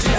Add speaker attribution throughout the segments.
Speaker 1: 知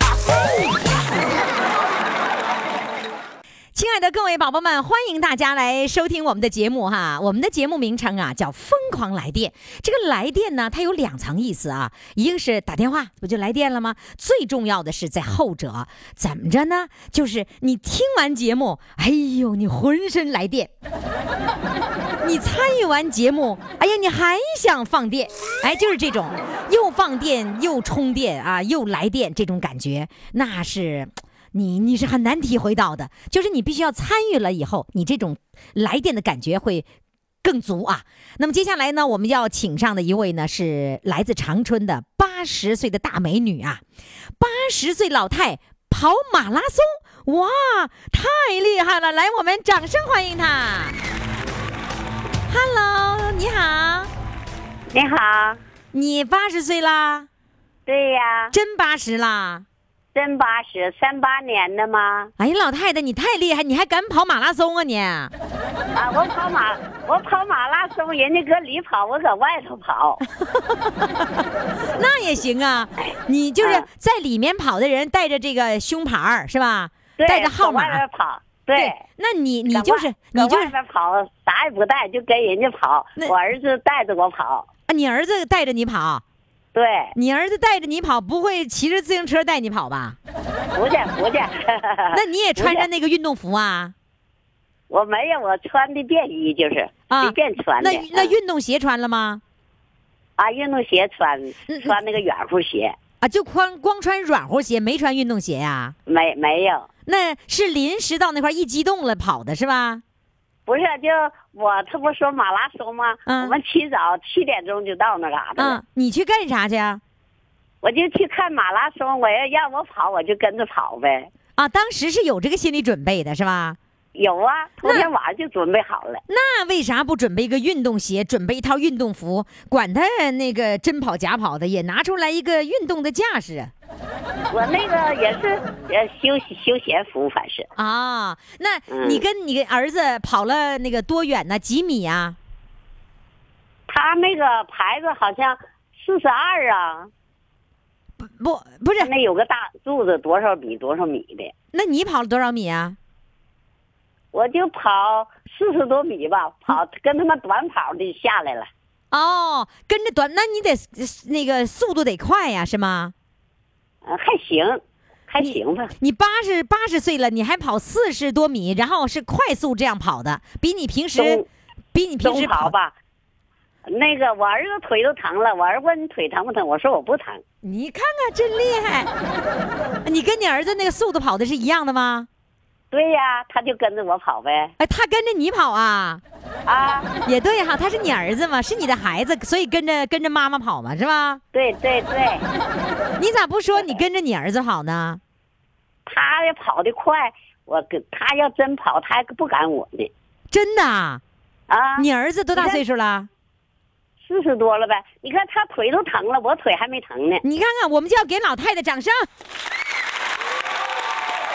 Speaker 1: 啊！呼
Speaker 2: 亲爱的各位宝宝们，欢迎大家来收听我们的节目哈。我们的节目名称啊叫《疯狂来电》。这个“来电”呢，它有两层意思啊，一个是打电话不就来电了吗？最重要的是在后者怎么着呢？就是你听完节目，哎呦，你浑身来电；你参与完节目，哎呀，你还想放电，哎，就是这种又放电又充电啊，又来电这种感觉，那是。你你是很难体会到的，就是你必须要参与了以后，你这种来电的感觉会更足啊。那么接下来呢，我们要请上的一位呢是来自长春的八十岁的大美女啊，八十岁老太跑马拉松，哇，太厉害了！来，我们掌声欢迎她。Hello，你好，
Speaker 3: 你好，
Speaker 2: 你八十岁啦，
Speaker 3: 对呀，
Speaker 2: 真八十啦！
Speaker 3: 真八十，三八年的吗？
Speaker 2: 哎呀，老太太你太厉害，你还敢跑马拉松啊你？
Speaker 3: 啊，我跑马，我跑马拉松，人家搁里跑，我搁外头 跑。
Speaker 2: 那也行啊，你就是
Speaker 3: 嗯
Speaker 2: 在里面跑的人，带着这个胸牌儿是吧？
Speaker 3: 对，
Speaker 2: 带着号
Speaker 3: 搁外
Speaker 2: 码
Speaker 3: 边。跑。对，
Speaker 2: 那你你
Speaker 3: 搁
Speaker 2: 就是
Speaker 3: 外
Speaker 2: 你
Speaker 3: 搁
Speaker 2: 就
Speaker 3: 外
Speaker 2: 是
Speaker 3: 边跑，啥也不带，就跟人家跑
Speaker 2: 那。
Speaker 3: 我儿子带着我跑。
Speaker 2: 啊你儿子带着你跑，
Speaker 3: 对，
Speaker 2: 你儿子带着你跑，不会骑着自行车带你跑吧？
Speaker 3: 嗯不去不去。
Speaker 2: 那你也穿
Speaker 3: 不
Speaker 2: 上
Speaker 3: 是
Speaker 2: 那个运动服啊？
Speaker 3: 我没有，我穿的便衣就是
Speaker 2: 啊
Speaker 3: 随便穿的
Speaker 2: 那。那
Speaker 3: 嗯
Speaker 2: 运动鞋穿了吗？
Speaker 3: 啊，运动鞋穿
Speaker 2: 嗯嗯
Speaker 3: 穿那个软乎鞋，
Speaker 2: 啊，就光光穿软和鞋，没穿运动鞋呀、
Speaker 3: 没没有。
Speaker 2: 那是临时到那块儿一激动了跑的是吧？
Speaker 3: 不是，就我他不说马拉松吗？
Speaker 2: 嗯
Speaker 3: 我们起早七点钟就到那嘎达了，
Speaker 2: 啊，你去干啥去啊？
Speaker 3: 我就去看马拉松。我要让我跑，我就跟着跑呗。
Speaker 2: 啊，当时是有这个心理准备的是吧？
Speaker 3: 有啊，
Speaker 2: 那
Speaker 3: 头天晚上就准备好了。
Speaker 2: 那为啥不准备一个运动鞋，准备一套运动服？管他那个真跑假跑的，也拿出来一个运动的架势啊！
Speaker 3: 我那个也是 呃休息休闲服，反是
Speaker 2: 啊，那
Speaker 3: 嗯
Speaker 2: 你跟你儿子跑了那个多远呢？几米啊呀、
Speaker 3: 他那个牌子好像四十二啊，
Speaker 2: 不，不是，
Speaker 3: 那有个大柱子多少米多少米的，
Speaker 2: 那你跑了多少米啊？
Speaker 3: 我就跑四十多米吧，跑跟他们短跑的下来了。
Speaker 2: 哦，跟着短，那你得那个速度得快呀，是吗？
Speaker 3: 嗯，还行，还行吧。
Speaker 2: 你八十八十岁了，你还跑四十多米，然后是快速这样跑的，比你平时
Speaker 3: 中，
Speaker 2: 比你平
Speaker 3: 中
Speaker 2: 时
Speaker 3: 跑
Speaker 2: 跑，
Speaker 3: 吧。那个我儿子腿都疼了，我儿子问你腿疼不疼？我说我不疼，
Speaker 2: 你看看真厉害！ 你跟你儿子那个速度跑的是一样的吗？
Speaker 3: 对呀，他就跟着我跑呗。
Speaker 2: 哎，他跟着你跑啊，
Speaker 3: 啊，
Speaker 2: 也对哈，他是你儿子嘛，是你的孩子，所以跟着跟着妈妈跑嘛，是吧？
Speaker 3: 对对对，
Speaker 2: 你咋不说你跟着你儿子跑呢？
Speaker 3: 他要跑得快，我跟他要真跑，他还不赶我呢。
Speaker 2: 真的啊，
Speaker 3: 啊，
Speaker 2: 你儿子多大
Speaker 3: 你看
Speaker 2: 岁数了？
Speaker 3: 四十多了呗？你看他腿都疼了，我腿还没疼呢。
Speaker 2: 你看看，我们就要给老太太掌声。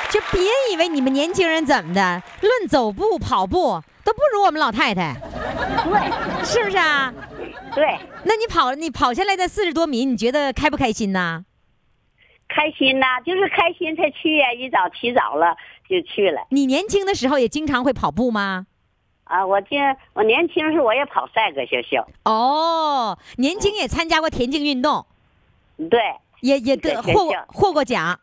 Speaker 2: 就别以为你们年轻人怎么的，论走步、跑步都不如我们老太太，
Speaker 3: 对
Speaker 2: 是不是啊？
Speaker 3: 对，
Speaker 2: 那你跑，你跑下来的四十多米，你觉得开不开心呐？
Speaker 3: 开心呐、就是开心才去呀、一早起早了就去了
Speaker 2: 你年轻的时候也经常会跑步吗？
Speaker 3: 啊。我今我年轻时候我也跑赛格学校，
Speaker 2: 哦，年轻也参加过田径运动，
Speaker 3: 对，
Speaker 2: 也也
Speaker 3: 对
Speaker 2: 得
Speaker 3: 田
Speaker 2: 获
Speaker 3: 径
Speaker 2: 获过奖。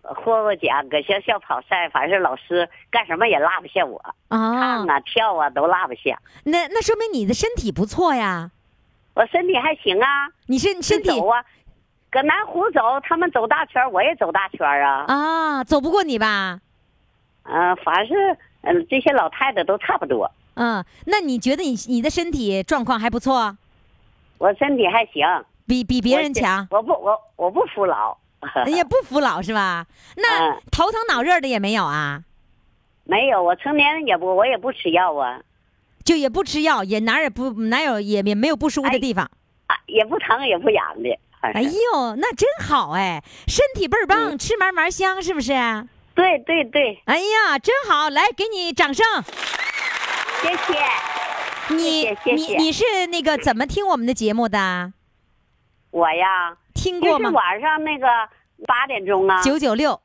Speaker 3: 获过奖，搁学校跑赛，反正老师干什么也落不下我。
Speaker 2: 啊
Speaker 3: 唱，啊、跳啊都落不下。
Speaker 2: 那那说明你的身体不错呀，
Speaker 3: 我身体还行啊，
Speaker 2: 你身身体
Speaker 3: 走啊，搁南湖走，他们走大圈儿，我也走大圈儿啊。
Speaker 2: 啊，走不过你吧？
Speaker 3: 嗯、反正嗯、这些老太太都差不多。
Speaker 2: 嗯，那你觉得你你的身体状况还不错，
Speaker 3: 我身体还行，
Speaker 2: 比比别人
Speaker 3: 我是
Speaker 2: 强，哎
Speaker 3: 我不我我不服老，
Speaker 2: 也不服老是吧？那
Speaker 3: 嗯
Speaker 2: 头疼脑热的也没有啊，
Speaker 3: 没有，我成年人也不我也不吃药啊，
Speaker 2: 就也不吃药，也哪儿也不哪有也也没有不舒服的
Speaker 3: 哎
Speaker 2: 地 方。
Speaker 3: 啊也不疼也不痒的。反
Speaker 2: 哎
Speaker 3: 正
Speaker 2: 呦，那真好哎，身体倍儿棒，
Speaker 3: 嗯
Speaker 2: 吃嘛嘛香，是不是？哎
Speaker 3: 对对对，
Speaker 2: 呀，真好，来给你掌声。
Speaker 3: 谢谢。
Speaker 2: 你
Speaker 3: 谢谢谢谢
Speaker 2: 你你是那个怎么听我们的节目的？
Speaker 3: 我呀，
Speaker 2: 听
Speaker 3: 就
Speaker 2: 过
Speaker 3: 是
Speaker 2: 吗？
Speaker 3: 晚上那个八点钟啊，
Speaker 2: 九九六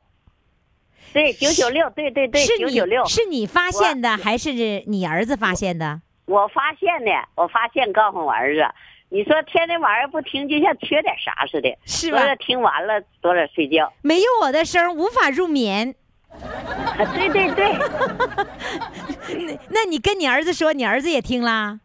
Speaker 3: 对九九六，对对对，
Speaker 2: 是
Speaker 3: 九
Speaker 2: 你
Speaker 3: 九六，
Speaker 2: 是你发现的还是你儿子发现的？
Speaker 3: 我发现的，我发现告诉我儿子，你说天天晚上不听，就像缺点啥似的，
Speaker 2: 是
Speaker 3: 多少
Speaker 2: 吧？
Speaker 3: 听完了多少睡觉，
Speaker 2: 没有我的声儿无法入眠。
Speaker 3: 啊对对对，
Speaker 2: 那那你跟你儿子说，你儿子也听啦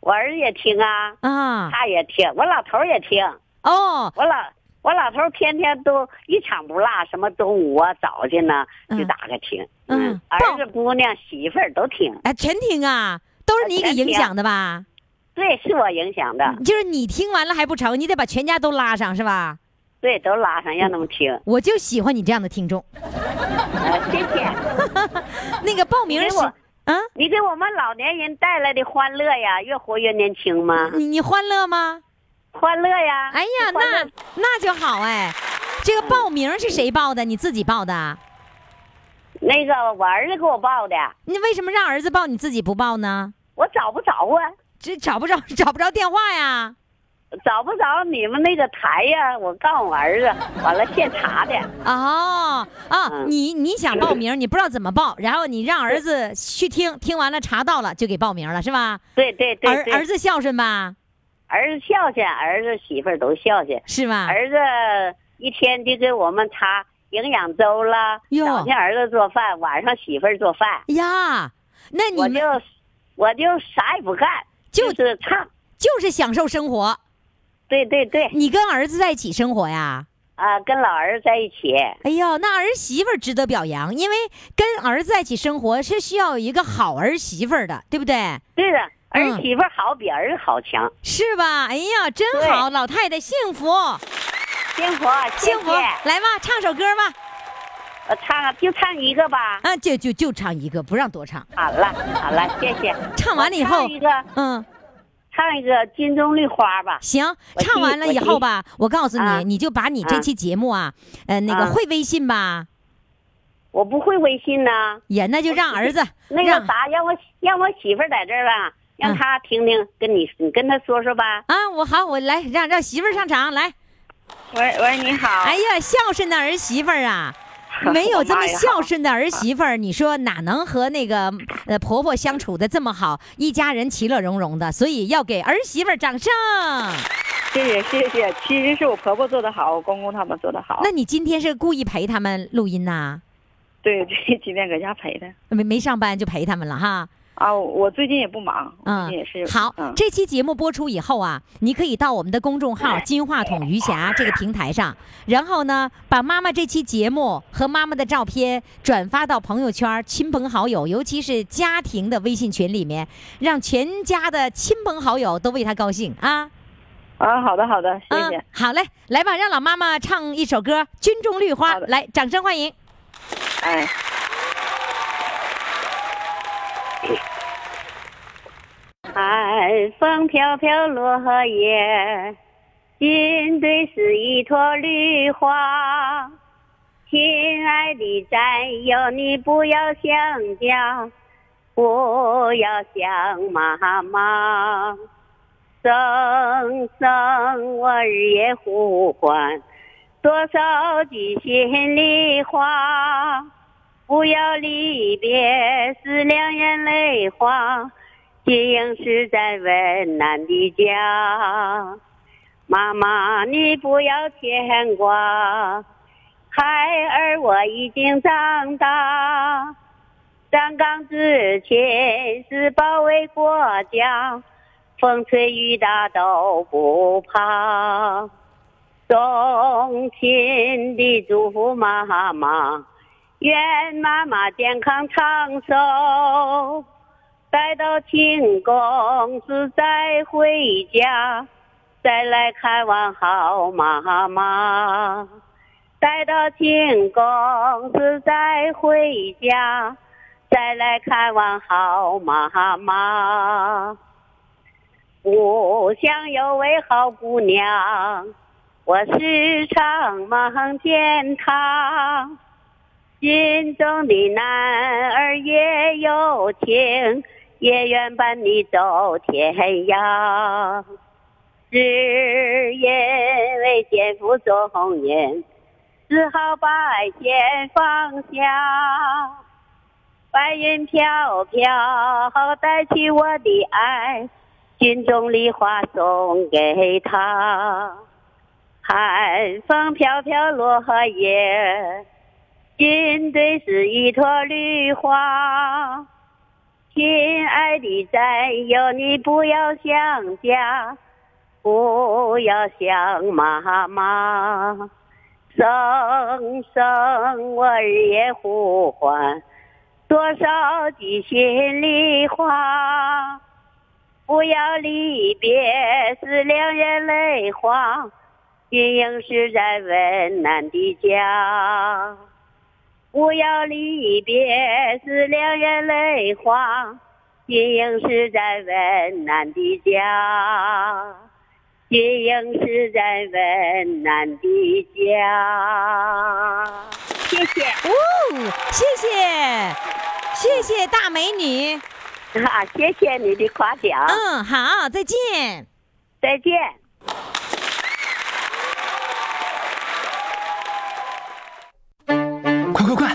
Speaker 3: 我儿子也听啊，
Speaker 2: 啊？
Speaker 3: 他也听，我老头儿也听，
Speaker 2: 哦，
Speaker 3: 我老我老头儿天天都一场不落，什么中午啊、早去呢就打开听，
Speaker 2: 嗯
Speaker 3: 嗯，
Speaker 2: 棒
Speaker 3: 儿子、姑娘、媳妇儿都听，
Speaker 2: 哎，全听啊，都是
Speaker 3: 啊
Speaker 2: 你给
Speaker 3: 全
Speaker 2: 影
Speaker 3: 听
Speaker 2: 响的吧？
Speaker 3: 对，是我影响的，
Speaker 2: 就是你听完了还不成，你得把全家都拉上是吧？
Speaker 3: 对，都拉上让他 们听，
Speaker 2: 我就喜欢你这样的听众。
Speaker 3: 啊，谢谢。
Speaker 2: 那个报名
Speaker 3: 给
Speaker 2: 是
Speaker 3: 我
Speaker 2: 啊，
Speaker 3: 你给我们老年人带来的欢乐呀，越活越年轻吗？
Speaker 2: 你你欢乐吗？
Speaker 3: 欢乐呀！
Speaker 2: 哎呀，
Speaker 3: 欢乐
Speaker 2: 那那就好哎。这个报名是谁报的？你自己报的？
Speaker 3: 那个我儿子给我报的，
Speaker 2: 你为什么让儿子报，你自己不报呢？
Speaker 3: 我找不着啊，
Speaker 2: 这找不着，找不着电话呀？
Speaker 3: 找不着你们那个台呀。我告诉我儿子，完了现查的。
Speaker 2: 哦啊，
Speaker 3: 嗯
Speaker 2: 你你想报名，你不知道怎么报， 然后你让儿子去听，听完了查到了就给报名了，是吧？
Speaker 3: 对对对
Speaker 2: 儿
Speaker 3: 对，
Speaker 2: 儿子孝顺吧？
Speaker 3: 儿子孝顺，儿子媳妇儿都孝顺。
Speaker 2: 是吧？
Speaker 3: 儿子一天就给我们查营养粥啦，
Speaker 2: 哟
Speaker 3: 早上儿子做饭，晚上媳妇儿做饭，
Speaker 2: 呀，那你
Speaker 3: 我
Speaker 2: 们
Speaker 3: 就我就啥也不干，
Speaker 2: 就
Speaker 3: 就是唱。
Speaker 2: 就是享受生活，
Speaker 3: 对对对，
Speaker 2: 你跟儿子在一起生活呀？
Speaker 3: 啊，跟老儿子在一起。
Speaker 2: 哎呦，那儿媳妇儿值得表扬，因为跟儿子在一起生活是需要有一个好儿媳妇儿的，对不对？
Speaker 3: 对的，
Speaker 2: 嗯
Speaker 3: 儿媳妇儿好比儿子好强，
Speaker 2: 是吧？哎呀，真
Speaker 3: 对
Speaker 2: 好，老太太幸福，
Speaker 3: 幸福啊谢
Speaker 2: 幸
Speaker 3: 谢
Speaker 2: 福，来吧，唱首歌吧。
Speaker 3: 我唱就唱一个吧。
Speaker 2: 啊，就就就唱一个，不让多唱。
Speaker 3: 好了好了，谢谢。
Speaker 2: 唱完了以
Speaker 3: 我
Speaker 2: 后
Speaker 3: 唱，一个
Speaker 2: 嗯，
Speaker 3: 唱一个《金钟绿花》吧。
Speaker 2: 行，
Speaker 3: 我
Speaker 2: 唱完
Speaker 3: 记
Speaker 2: 了
Speaker 3: 我
Speaker 2: 以
Speaker 3: 记
Speaker 2: 后吧，我告诉
Speaker 3: 啊
Speaker 2: 你，你就把你这
Speaker 3: 啊
Speaker 2: 期节目啊，呃，那
Speaker 3: 啊
Speaker 2: 个会微信吧，
Speaker 3: 我不会微信呢，
Speaker 2: 也那就让儿子
Speaker 3: 那
Speaker 2: 让
Speaker 3: 个啥，让我让我媳妇儿在这儿吧，让
Speaker 2: 嗯
Speaker 3: 她听听，跟你你跟她说说吧。
Speaker 2: 啊，我好，我来让让媳妇儿上场来。
Speaker 3: 喂喂，你好
Speaker 2: 哎呀，孝顺的儿媳妇儿 啊！没有这么孝顺的儿媳妇儿，你说哪能和那个呃婆婆相处的这么好？一家人其乐融融的，所以要给儿媳妇儿掌声。
Speaker 4: 谢谢谢谢，其实是我婆婆做的好，我公公他们做的好。
Speaker 2: 那你今天是故意陪他们录音呐、
Speaker 4: 对 对，今天搁家陪她
Speaker 2: 没没上班就陪他们了哈。
Speaker 4: 啊，我最近也不忙，
Speaker 2: 嗯
Speaker 4: 最近也是
Speaker 2: 好，
Speaker 4: 嗯
Speaker 2: 这期节目播出以后啊，你可以到我们的公众号“金话筒余霞”这个平台上，然后呢，把妈妈这期节目和妈妈的照片转发到朋友圈、亲朋好友，尤其是家庭的微信群里面，让全家的亲朋好友都为她高兴啊！
Speaker 4: 啊，好的好的，谢谢。
Speaker 2: 嗯，好嘞，来吧，让老妈妈唱一首歌《军中绿花
Speaker 4: 好》，的
Speaker 2: 来，掌声欢迎。
Speaker 4: 哎，
Speaker 3: 寒风飘飘落叶，军队是一朵绿花。亲爱的战友，你不要想家，不要想妈妈。声声我日夜呼唤，多少的心里话。不要离别是两眼泪花，军营是在温暖的家。妈妈，你不要牵挂，孩儿我已经长大。站岗之前是保卫国家，风吹雨打都不怕。衷心地祝福妈妈，愿妈妈健康长寿。待到庆功时再回家，再来看望好妈妈。待到庆功时再回家，再来看望好妈妈。故乡有位好姑娘，我时常梦见她。心中的男儿也有情，也愿伴你走天涯。只因为肩负重任，只好把爱先放下。白云飘飘，带去我的爱，心中的花送给她。寒风飘飘落荷叶，心堆是一朵绿花。亲爱的战友，你不要想家，不要想妈妈。声声我日夜呼唤，多少句心里话。不要离别时两眼泪花，军营是在温暖的家。不要离别时两眼泪花，军营是在温暖的家。军营是在温暖的家。谢谢
Speaker 2: 哦，谢谢，谢谢大美女。
Speaker 3: 啊，谢谢你的夸奖，
Speaker 2: 嗯，好，再见。
Speaker 3: 再见。
Speaker 5: 快快快，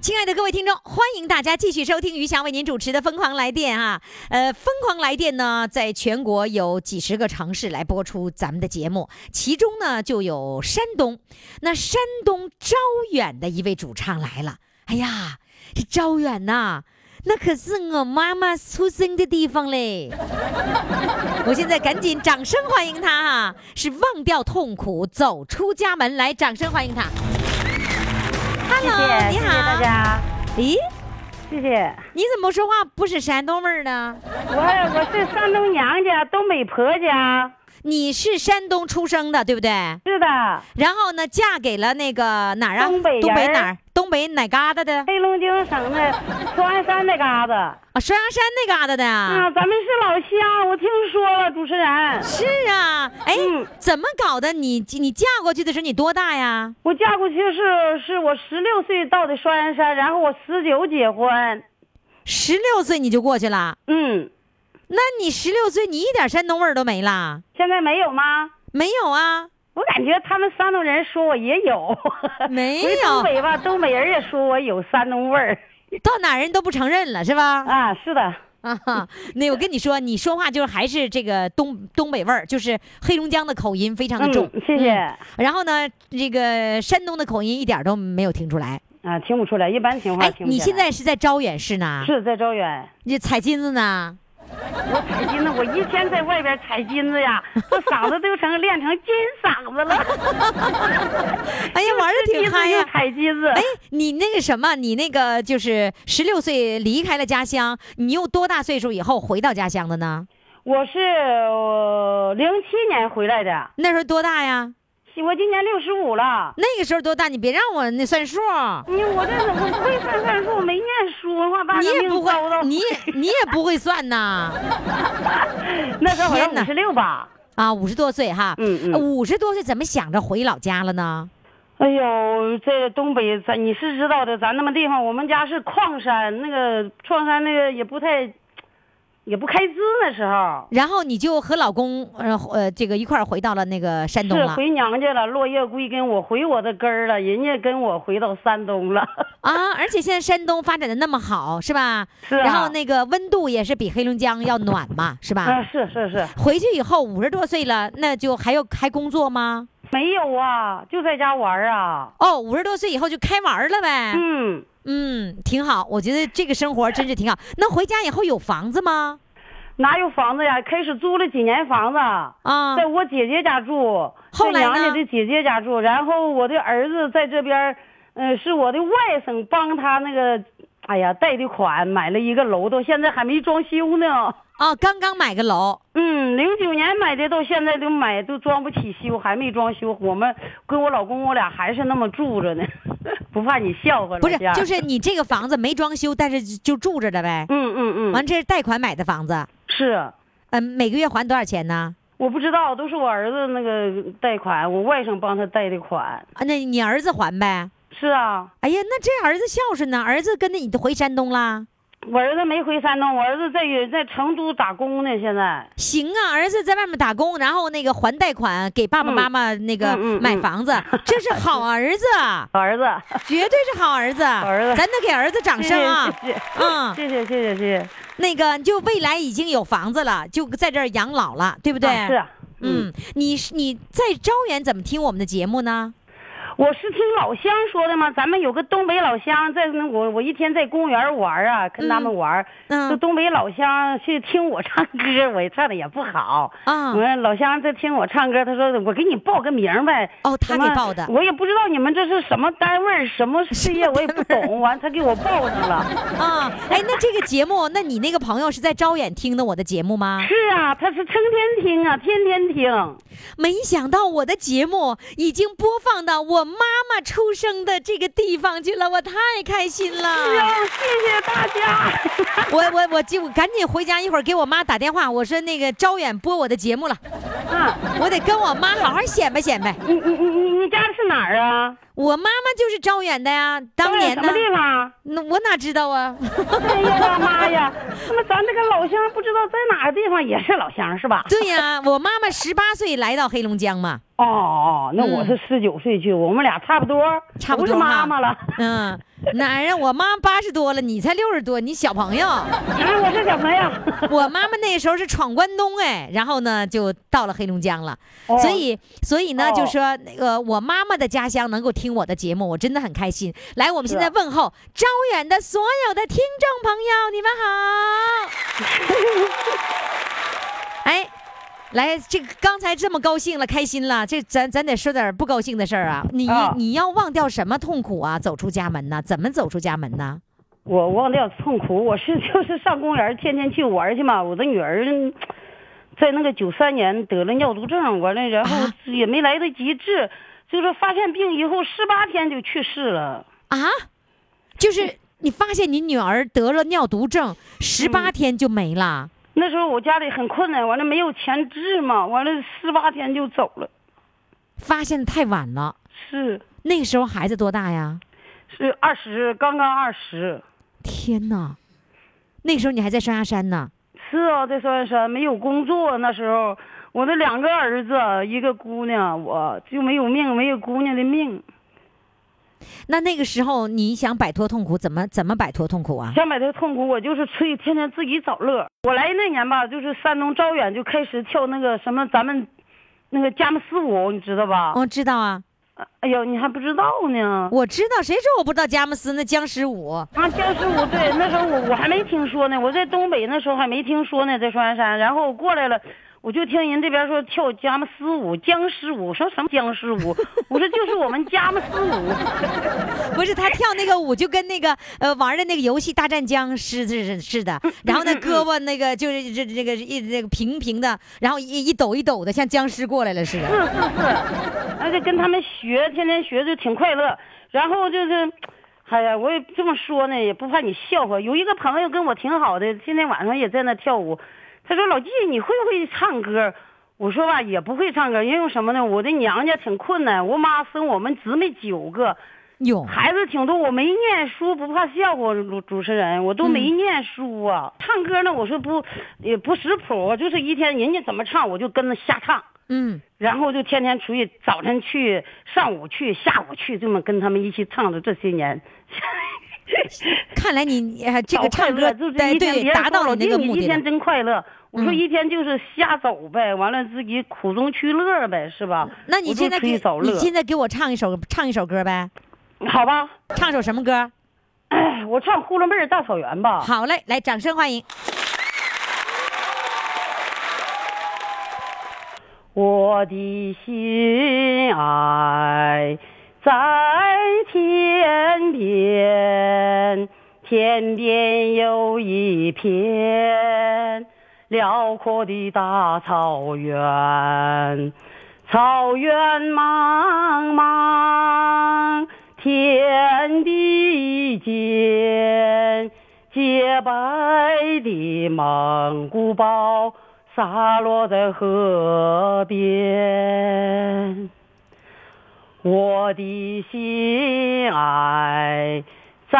Speaker 2: 亲爱的各位听众，欢迎大家继续收听于翔为您主持的《疯狂来电》啊！呃，《疯狂来电》呢，在全国有几十个城市来播出咱们的节目，其中呢就有山东。那山东招远的一位主唱来了，哎呀，这招远呐、那可是我妈妈出生的地方嘞！ 我现在赶紧掌声欢迎他啊！是忘掉痛苦，走出家门，来，掌声欢迎他。
Speaker 4: 谢
Speaker 2: Hello，
Speaker 4: 谢，
Speaker 2: 你
Speaker 4: 谢谢
Speaker 2: 好，
Speaker 4: 大。家，
Speaker 2: 咦，
Speaker 4: 谢谢。
Speaker 2: 哎你怎么说话不是山东味儿呢？
Speaker 4: 我我是山东娘家，东北婆家，
Speaker 2: 你是山东出生的，对不对？
Speaker 4: 是的，
Speaker 2: 然后呢，嫁给了那个哪儿啊？
Speaker 4: 东北人
Speaker 2: 哪儿？东北哪旮瘩的？
Speaker 4: 黑龙江省的双阳山那嘎达。
Speaker 2: 啊，双阳山那旮瘩的啊？
Speaker 4: 啊，咱们是老乡，我听说了，主持人，
Speaker 2: 是啊，哎，
Speaker 4: 嗯
Speaker 2: 怎么搞的？你你嫁过去的时候你多大呀？
Speaker 4: 我嫁过去是是我十六岁到的双阳山，然后我十九结婚。
Speaker 2: 十六岁你就过去了？
Speaker 4: 嗯，
Speaker 2: 那你十六岁你一点山东味儿都没啦？
Speaker 4: 现在没有吗？
Speaker 2: 没有啊？
Speaker 4: 我感觉他们山东人说我也有，
Speaker 2: 没
Speaker 4: 回
Speaker 2: 有
Speaker 4: 东北吧，东北人也说我有山东味儿
Speaker 2: 到哪儿人都不承认了是吧？
Speaker 4: 啊。是的，
Speaker 2: 啊哈，那我跟你说，你说话就是还是这个东东北味儿，就是黑龙江的口音非常的重。
Speaker 4: 嗯谢谢
Speaker 2: 然后呢，这个山东的口音一点儿都没有听出来。
Speaker 4: 啊，听不出来，一般情况
Speaker 2: 哎，
Speaker 4: 听不
Speaker 2: 你
Speaker 4: 出
Speaker 2: 现
Speaker 4: 来
Speaker 2: 在是在招远市呢？
Speaker 4: 是在招远，
Speaker 2: 你采金子 呢？
Speaker 4: 我采金子，我一天在外边采金子 呀，我嗓子都成练成金嗓子了，
Speaker 2: 哎呀，玩的 挺
Speaker 4: 金
Speaker 2: 嗨
Speaker 4: 子
Speaker 2: 呀、
Speaker 4: 又采金子
Speaker 2: 哎。，你那个什么，你那个就是十六岁离开了家乡，你又多大岁数以后回到家乡的呢？
Speaker 4: 我是呃零七年回来的，
Speaker 2: 那时候多大呀？
Speaker 4: 我今年六十五了。
Speaker 2: 那个时候多大？你别让我那算数。
Speaker 4: 你我这我不会算算数，我没念书，文化大
Speaker 2: 你
Speaker 4: 革
Speaker 2: 也
Speaker 4: 命
Speaker 2: 不
Speaker 4: 遭到
Speaker 2: 会，你也你也不会算 呐。
Speaker 4: 那时候好像
Speaker 2: 天哪
Speaker 4: 五十六吧。
Speaker 2: 啊，五十多岁哈，呃
Speaker 4: 嗯嗯
Speaker 2: 五十多岁怎么想着回老家了呢？
Speaker 4: 哎呦，这东北咱你是知道的，咱那么地方，我们家是矿山，那个矿山那个也不太，也不开支那时候，
Speaker 2: 然后你就和老公呃呃这个一块儿回到了那个山东
Speaker 4: 是
Speaker 2: 了
Speaker 4: 回娘家了，落叶归根，我回我的根儿了，人家跟我回到山东了。
Speaker 2: 啊！而且现在山东发展的那么好，是吧？
Speaker 4: 是啊
Speaker 2: 然后那个温度也是比黑龙江要暖嘛，是吧？
Speaker 4: 啊，是是是，
Speaker 2: 回去以后五十多岁了，那就还有还工作吗？
Speaker 4: 没有啊，就在家玩儿啊。
Speaker 2: 哦，五十多岁以后就开玩儿了呗。
Speaker 4: 嗯，
Speaker 2: 嗯，挺好，我觉得这个生活真是挺好。那回家以后有房子吗？
Speaker 4: 哪有房子呀？开始租了几年房子，
Speaker 2: 啊，
Speaker 4: 在我姐姐家住，
Speaker 2: 后
Speaker 4: 在
Speaker 2: 来呢
Speaker 4: 娘家的姐姐家住，然后我的儿子在这边儿，嗯、是我的外甥帮他那个，哎呀，贷的款买了一个楼，到现在还没装修呢。
Speaker 2: 哦，刚刚买个楼，
Speaker 4: 嗯，零九年买的，到现在都买都装不起修，还没装修。我们跟我老公，我俩还是那么住着呢， 不怕你笑话。
Speaker 2: 不是
Speaker 4: 老家，
Speaker 2: 就是你这个房子没装修，但是就就住着了呗。
Speaker 4: 嗯嗯嗯，
Speaker 2: 完，这是贷款买的房子，
Speaker 4: 是。
Speaker 2: 嗯，每个月还多少钱呢？
Speaker 4: 我不知道，都是我儿子那个贷款，我外甥帮他贷的款。
Speaker 2: 啊，那你儿子还呗。
Speaker 4: 是啊，
Speaker 2: 哎呀，那这儿子孝顺呢，儿子跟着你都回山东啦。
Speaker 4: 我儿子没回山东，我儿子在在成都打工呢，现在。
Speaker 2: 行啊，儿子在外面打工，然后那个还贷款给爸爸妈妈那个
Speaker 4: 嗯嗯嗯
Speaker 2: 买房 子，这是好儿子，
Speaker 4: 老儿子，
Speaker 2: 绝对是好儿子。
Speaker 4: 儿子
Speaker 2: 咱得给儿子掌声 啊！
Speaker 4: 谢谢
Speaker 2: 嗯，
Speaker 4: 谢谢谢谢谢谢谢，
Speaker 2: 那个就未来已经有房子了，就在这儿养老了，对不对？
Speaker 4: 啊是啊，
Speaker 2: 嗯，你是你在招远怎么听我们的节目呢？
Speaker 4: 我是听老乡说的嘛，咱们有个东北老乡在那，我我一天在公园玩啊，跟他们玩，
Speaker 2: 嗯
Speaker 4: 就东北老乡去听我唱歌，我唱的也不好。
Speaker 2: 啊、
Speaker 4: 我老乡在听我唱歌，他说我给你报个名呗。
Speaker 2: 哦他
Speaker 4: 什么
Speaker 2: 给报的
Speaker 4: 我也不知道你们这是什么单位儿、什么事业，我也不 懂。完，他给我报上了。
Speaker 2: 啊，哎，那这个节目，那你那个朋友是在招远听的我的节目吗？
Speaker 4: 是啊，他是成天听啊，天天听。
Speaker 2: 没想到我的节目已经播放到我妈妈出生的这个地方去了，我太开心了！
Speaker 4: 啊，谢谢大家。
Speaker 2: 我我我就我赶紧回家，一会儿给我妈打电话，我说那个招远播我的节目了，
Speaker 4: 啊，
Speaker 2: 我得跟我妈好好显摆显摆。
Speaker 4: 你你你你你家是哪儿啊？
Speaker 2: 我妈妈就是招远的呀，当年
Speaker 4: 什
Speaker 2: 呢
Speaker 4: 么，地方？
Speaker 2: 那我哪知道啊？
Speaker 4: 哎呀，我妈呀！那么咱这个老乡不知道在哪个地方也是老乡是吧？
Speaker 2: 对呀、我妈妈十八岁来到黑龙江嘛，
Speaker 4: 哦哦，那我是十九岁去，我们俩差不多，
Speaker 2: 嗯差不
Speaker 4: 都
Speaker 2: 多
Speaker 4: 是
Speaker 2: 哈
Speaker 4: 妈妈了。
Speaker 2: 嗯，哪让我妈八十多了，你才六十多，你小朋友。
Speaker 4: 啊，我是小朋友。
Speaker 2: 我妈妈那时候是闯关东哎，然后呢就到了黑龙江了，
Speaker 4: 哦
Speaker 2: 所以所以呢
Speaker 4: 哦
Speaker 2: 就说那个我妈妈的家乡能够听我的节目，我真的很开心。来，我们现在问
Speaker 4: 啊
Speaker 2: 候招远的所有的听众朋友，你们好。哎，来，这个刚才这么高兴了，开心了，这咱咱得说点不高兴的事儿啊。你、
Speaker 4: 啊
Speaker 2: 你要忘掉什么痛苦啊？走出家门呢？怎么走出家门呢？
Speaker 4: 我忘掉痛苦，我是就是上公园天天去玩去嘛。我的女儿嗯在那个九三年得了尿毒症，完了然后
Speaker 2: 啊
Speaker 4: 也没来得及治，就是发现病以后十八天就去世了。
Speaker 2: 啊，就是你发现你女儿得了尿毒症，十八天就没了。
Speaker 4: 那时候我家里很困难，完了没有钱治嘛，完了十八天就走了。
Speaker 2: 发现的太晚了。
Speaker 4: 是
Speaker 2: 那时候孩子多大呀？
Speaker 4: 是二十，刚刚二十。
Speaker 2: 天哪！那时候你还在双鸭山呢。
Speaker 4: 是啊，在双山没有工作，那时候我的两个儿子，一个姑娘，我就没有命，没有姑娘的命。
Speaker 2: 那那个时候你想摆脱痛苦，怎么怎么摆脱痛苦啊？
Speaker 4: 想摆脱痛苦，我就是吹，天天自己找乐。我来那年吧，就是山东招远就开始跳那个什么咱们那个佳木斯舞，你知道吧？
Speaker 2: 哦，知道啊，
Speaker 4: 哎呦，你还不知道呢。
Speaker 2: 我知道。谁说我不知道佳木斯那僵尸舞？
Speaker 4: 啊，僵尸舞对，那时候我我还没听说呢，我在东北那时候还没听说呢，在双鸭山，然后我过来了，我就听人这边说跳佳木斯舞、僵尸舞，说什么僵尸舞，我说就是我们佳木斯舞，
Speaker 2: 不是他跳那个舞就跟那个呃玩的那个游戏大战僵尸似似的，然后那胳膊那个就是这这个一这个平平的，然后一一抖一抖的，像僵尸过来了似的。
Speaker 4: 而且跟他们学，天天学就挺快乐，然后就是。哎呀，我也这么说呢，也不怕你笑话。有一个朋友跟我挺好的，今天晚上也在那跳舞。他说：“老季，你会不会唱歌？”我说吧，也不会唱歌，因为什么呢？我的娘家挺困难，我妈生我们姊妹九个，
Speaker 2: 哟，
Speaker 4: 孩子挺多，我没念书，不怕笑话主主持人，我都没念书啊。唱歌呢，我说不也不识谱，就是一天人家怎么唱我就跟着瞎唱，
Speaker 2: 嗯，
Speaker 4: 然后就天天出去，早晨去，上午去，下午去，这么跟他们一起唱的这些年。
Speaker 2: 看来你呃这个
Speaker 4: 找快
Speaker 2: 唱歌
Speaker 4: 乐就是
Speaker 2: 对
Speaker 4: 一天
Speaker 2: 对
Speaker 4: 别人
Speaker 2: 达
Speaker 4: 说
Speaker 2: 到了
Speaker 4: 我
Speaker 2: 你那个
Speaker 4: 听
Speaker 2: 目
Speaker 4: 一
Speaker 2: 的
Speaker 4: 天
Speaker 2: 了，
Speaker 4: 真快乐。我说
Speaker 2: 嗯
Speaker 4: 一天就是瞎走呗，完了自己苦中去乐呗，是吧？
Speaker 2: 那你
Speaker 4: 我就
Speaker 2: 现在
Speaker 4: 出
Speaker 2: 给
Speaker 4: 去找乐
Speaker 2: 你，现在给我唱一首唱一首歌呗，
Speaker 4: 好吧？
Speaker 2: 唱首什么歌？
Speaker 4: 我唱《呼伦贝尔大草原》吧。
Speaker 2: 好嘞，来掌声欢迎。
Speaker 4: 我的心爱在天边，天边有一片辽阔的大草原，草原茫茫，天地间。洁白的蒙古包洒落在河边，我的心爱在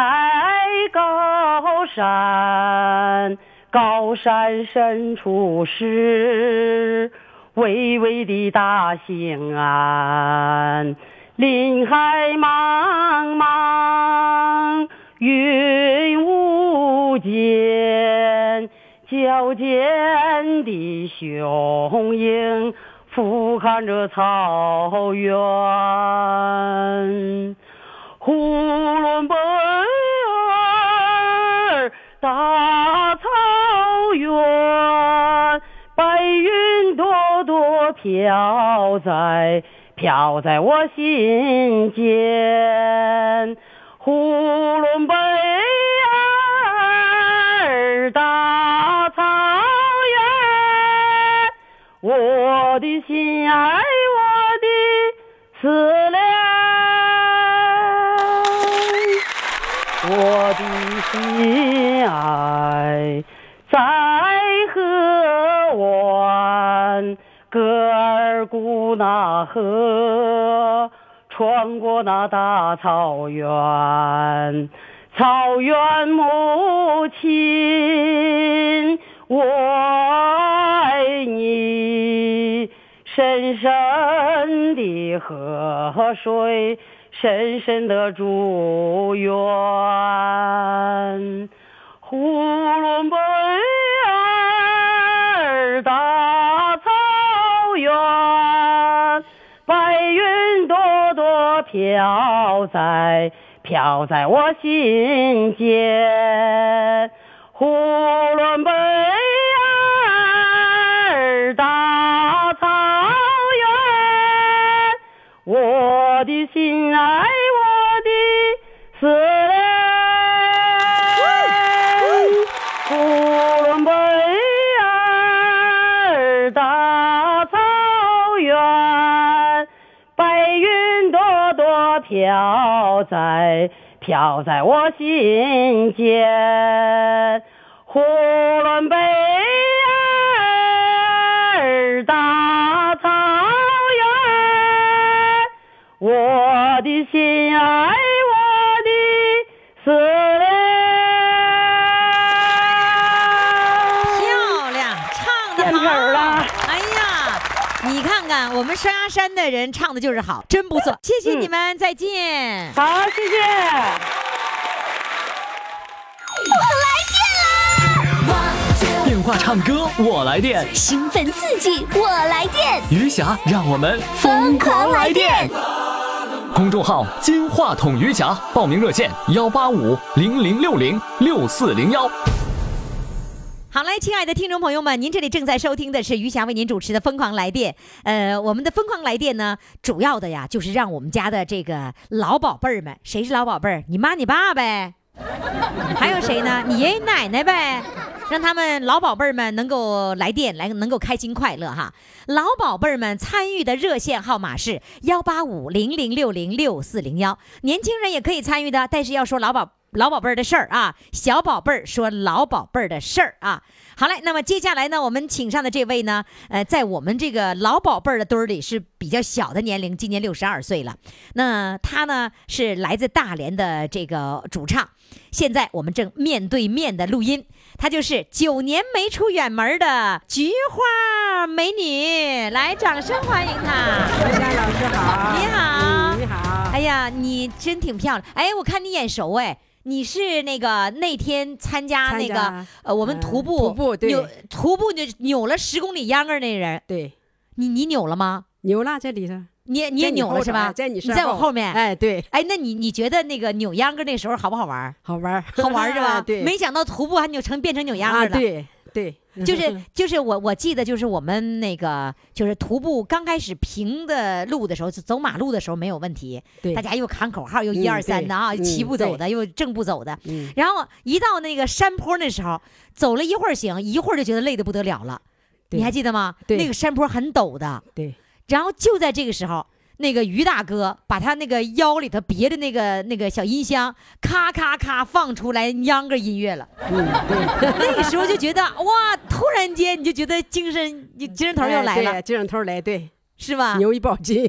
Speaker 4: 高山，高山深处是巍巍的大兴安，林海茫茫，云雾间。矫健的雄鹰俯瞰着草原，呼伦贝尔大草原，白云朵朵飘在飘在我心间，呼伦贝尔大草原。我的心爱，我的思念，我的心爱在河湾，格尔古纳河，穿过那大草原，草原母亲。我爱你，深深的河水，深深的祝愿。呼伦贝尔大草原，白云朵朵飘在飘在我心间。呼伦贝尔大草原，我的心爱，我的思念。呼伦贝尔大草原，白云朵朵飘在飘在我心间。呼伦贝尔大草原，我的心爱，我的思念。
Speaker 2: 漂亮，唱的
Speaker 4: 见
Speaker 2: 好
Speaker 4: 谱儿了
Speaker 2: 哎呀，你看看我们沙山的人唱的就是好，真不错。谢谢
Speaker 4: 嗯
Speaker 2: 你们，再见。
Speaker 4: 好，谢谢。
Speaker 5: 电话唱歌我来电，
Speaker 6: 兴奋刺激，我来电！
Speaker 5: 余霞让我们疯狂来电。公众号“金话筒余霞”，报名热线：幺八五零零六零六四零幺。
Speaker 2: 好嘞，亲爱的听众朋友们，您这里正在收听的是余霞为您主持的《疯狂来电》。呃，我们的《疯狂来电》呢，主要的呀就是让我们家的这个老宝贝儿们，谁是老宝贝儿？你妈、你爸呗，还有谁呢？你爷爷奶奶呗，让他们老宝贝儿们能够来电，来能够开心快乐哈。老宝贝儿们参与的热线号码是幺八五零零六零六四零幺，年轻人也可以参与的，但是要说老宝。老宝贝儿的事儿啊，小宝贝儿说老宝贝儿的事儿啊。好嘞，那么接下来呢，我们请上的这位呢，呃，在我们这个老宝贝儿的堆儿里是比较小的年龄，今年六十二岁了。那他呢是来自大连的这个主唱，现在我们正面对面的录音。她就是九年没出远门的菊花美女，来，掌声欢迎她。
Speaker 7: 刘霞老师好，
Speaker 2: 你好
Speaker 7: 你好，
Speaker 2: 哎呀，你真挺漂亮。哎，我看你眼熟哎，你是那个那天参加那
Speaker 7: 参
Speaker 2: 个
Speaker 7: 加
Speaker 2: 呃我们
Speaker 7: 嗯
Speaker 2: 徒步、
Speaker 7: 徒步对
Speaker 2: 扭徒步扭扭了十公里秧歌那人，
Speaker 7: 对，
Speaker 2: 你你扭了吗？
Speaker 7: 牛了这里头，
Speaker 2: 你也你也
Speaker 7: 在
Speaker 2: 扭
Speaker 7: 后
Speaker 2: 了是
Speaker 7: 头
Speaker 2: 吧
Speaker 7: 哎？在你身
Speaker 2: 在我后面。哎
Speaker 7: 哎，对，
Speaker 2: 那你你觉得那个扭秧歌那时候好不好 玩？
Speaker 7: 好玩儿，
Speaker 2: 好玩是吧？
Speaker 7: 对，
Speaker 2: 没想到徒步还扭成变成扭秧歌
Speaker 7: 啊，
Speaker 2: 了。
Speaker 7: 对对，
Speaker 2: 就是就是我我记得就是我们那个就是徒步刚开始平的路的时候，走马路的时候没有问题，
Speaker 7: 对
Speaker 2: 大家又喊口号，又
Speaker 7: 嗯
Speaker 2: 一二三的啊，
Speaker 7: 对
Speaker 2: 齐步
Speaker 7: 嗯
Speaker 2: 走的，又正步走的。
Speaker 7: 嗯
Speaker 2: 然后一到那个山坡那时候，走了一会儿行，一会儿就觉得累得不得了了。
Speaker 7: 对
Speaker 2: 你还记得吗？
Speaker 7: 对
Speaker 2: 那个山坡很陡的。
Speaker 7: 对，
Speaker 2: 然后就在这个时候，那个于大哥把他那个腰里头别的那个那个小音箱，咔咔咔放出来秧歌音乐了。
Speaker 7: 嗯
Speaker 2: 那个时候就觉得哇，突然间你就觉得精神就精神头儿又来了，啊
Speaker 7: 哎对精神头儿来，对，
Speaker 2: 是吧？
Speaker 7: 牛一包金。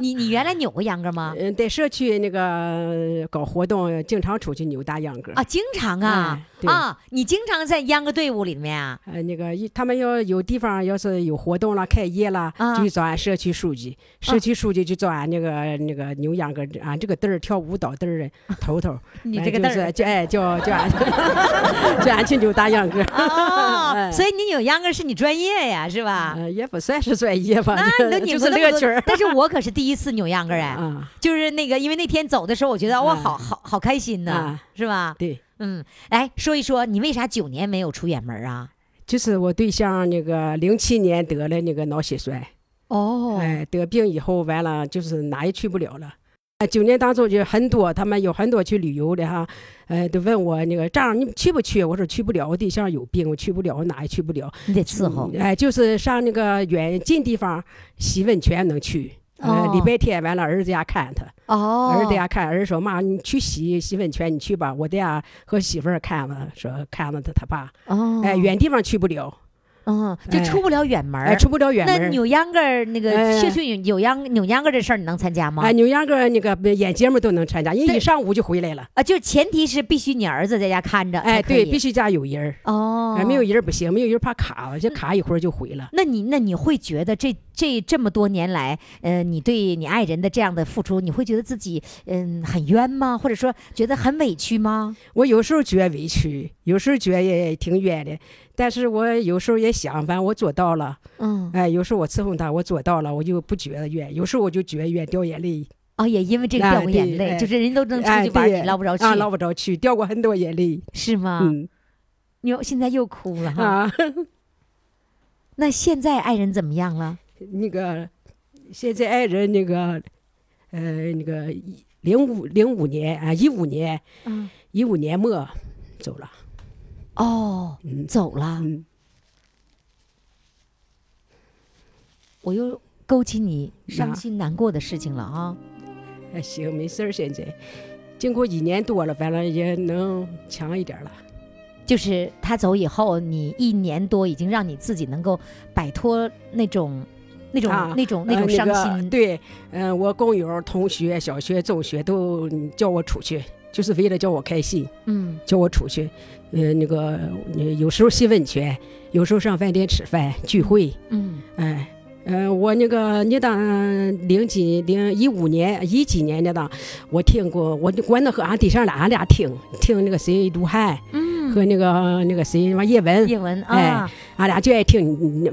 Speaker 2: 你你原来扭过秧歌吗？
Speaker 7: 嗯，在社区那个搞活动，经常出去扭大秧歌
Speaker 2: 啊，。经常啊、
Speaker 7: 哎对
Speaker 2: 啊，你经常在秧歌队伍里面啊。
Speaker 7: 呃，那个一他们要有地方，要是有活动了、开业了，
Speaker 2: 啊
Speaker 7: 就去找俺社区书记，
Speaker 2: 嗯
Speaker 7: 社区书记就找俺那个那个扭秧歌儿，俺啊这个嘚儿跳舞蹈嘚儿的 头头，
Speaker 2: 你
Speaker 7: 哎
Speaker 2: 这个
Speaker 7: 就
Speaker 2: 嘚儿
Speaker 7: 是就哎叫叫俺叫 俺去扭大秧歌儿，
Speaker 2: 哦，
Speaker 7: 哎
Speaker 2: 所以你扭秧歌是你专业呀，是吧？
Speaker 7: 呃，也不算是专业吧，
Speaker 2: 那你都扭
Speaker 7: 就
Speaker 2: 过
Speaker 7: 是
Speaker 2: 那么
Speaker 7: 乐
Speaker 2: 多
Speaker 7: 趣儿
Speaker 2: 但是我可是第一次扭秧歌哎，
Speaker 7: 啊，
Speaker 2: 就是那个，因为那天走的时候，我觉得哇，
Speaker 7: 嗯
Speaker 2: 好好好开心呢
Speaker 7: 啊，
Speaker 2: 是吧？
Speaker 7: 对。
Speaker 2: 嗯，来说一说你为啥九年没有出远门啊？
Speaker 7: 就是我对象那个零七年得了那个脑血栓，
Speaker 2: 哦
Speaker 7: 哎，得病以后完了就是哪也去不了了。哎，九年当中就很多，他们有很多去旅游的哈，呃，都问我那个丈你去不去？我说去不了，我对象有病，我去不了，我哪也去不了。
Speaker 2: 你得伺候
Speaker 7: 嗯，哎，就是上那个远近地方洗温泉能去。
Speaker 2: 哦
Speaker 7: 呃，礼拜天完了，儿子家看他，
Speaker 2: 哦
Speaker 7: 儿子家看，儿子说妈，你去洗洗温泉，你去吧，我在家和媳妇儿看了，说看了他他爸，
Speaker 2: 哦，
Speaker 7: 哎，远地方去不了，
Speaker 2: 嗯，就
Speaker 7: 哎
Speaker 2: 出不了远门儿
Speaker 7: 哎，出不了远门
Speaker 2: 那
Speaker 7: 儿。
Speaker 2: 扭秧歌儿那个
Speaker 7: 哎
Speaker 2: 社区扭秧扭秧歌儿这事儿，你能参加吗
Speaker 7: 哎，？扭秧歌儿那个演节目都能参加，人
Speaker 2: 对
Speaker 7: 一上午就回来了。
Speaker 2: 啊，就是前提是必须你儿子在家看着，
Speaker 7: 哎，对，必
Speaker 2: 须
Speaker 7: 须家有人儿，
Speaker 2: 哦嗯
Speaker 7: 哎，，没有人儿不行，没有人儿怕卡了，这卡一会儿就回了。
Speaker 2: 那你那你会觉得这这这么多年来，呃，你对你爱人的这样的付出，你会觉得自己嗯很冤吗？或者说觉得很委屈吗？
Speaker 7: 我有时候觉得委屈，有时候觉得也挺冤的，但是我有时候也想，反正我做到了，
Speaker 2: 嗯，
Speaker 7: 哎，有时候我伺候他，我做到了，我就不觉得冤，有时候我就觉得冤，掉眼泪，
Speaker 2: 哦，也因为这个
Speaker 7: 哎
Speaker 2: 掉过眼
Speaker 7: 对
Speaker 2: 泪，
Speaker 7: 哎
Speaker 2: 就是人都能出
Speaker 7: 哎
Speaker 2: 去玩儿，
Speaker 7: 对
Speaker 2: 你捞不着去，
Speaker 7: 啊，捞不着去，掉过很多眼泪，
Speaker 2: 是吗？
Speaker 7: 嗯
Speaker 2: 你又现在又哭啊了哈。
Speaker 7: 啊，
Speaker 2: 那现在爱人怎么样了？
Speaker 7: 那个现在爱人那个，呃，那个零五零五年啊，一五年，
Speaker 2: 嗯，
Speaker 7: 一五年末走了，
Speaker 2: 哦，
Speaker 7: 嗯
Speaker 2: 走了。
Speaker 7: 嗯，
Speaker 2: 我又勾起你伤
Speaker 7: 哪
Speaker 2: 心难过的事情了啊！
Speaker 7: 哎，行，没事儿，现在经过一年多了，反正也能强一点了。
Speaker 2: 就是他走以后，你一年多已经让你自己能够摆脱那种、那种、
Speaker 7: 啊
Speaker 2: 那种、那种
Speaker 7: 呃
Speaker 2: 伤
Speaker 7: 个
Speaker 2: 心。
Speaker 7: 对，嗯、我工友、同学、小学、中学都嗯叫我出去，就是为了叫我开心，
Speaker 2: 嗯，
Speaker 7: 叫我出去。呃，那个呃有时候洗温泉，有时候上饭店吃饭聚会，
Speaker 2: 嗯
Speaker 7: 哎。呃，我那个那档零几零一五年一几年那档，我听过，我我那和俺对象俩，俺俩听听那个谁卢汉
Speaker 2: 嗯，
Speaker 7: 和那个那个谁什么叶文，
Speaker 2: 叶文
Speaker 7: 哎
Speaker 2: 啊，
Speaker 7: 俺俩就爱听，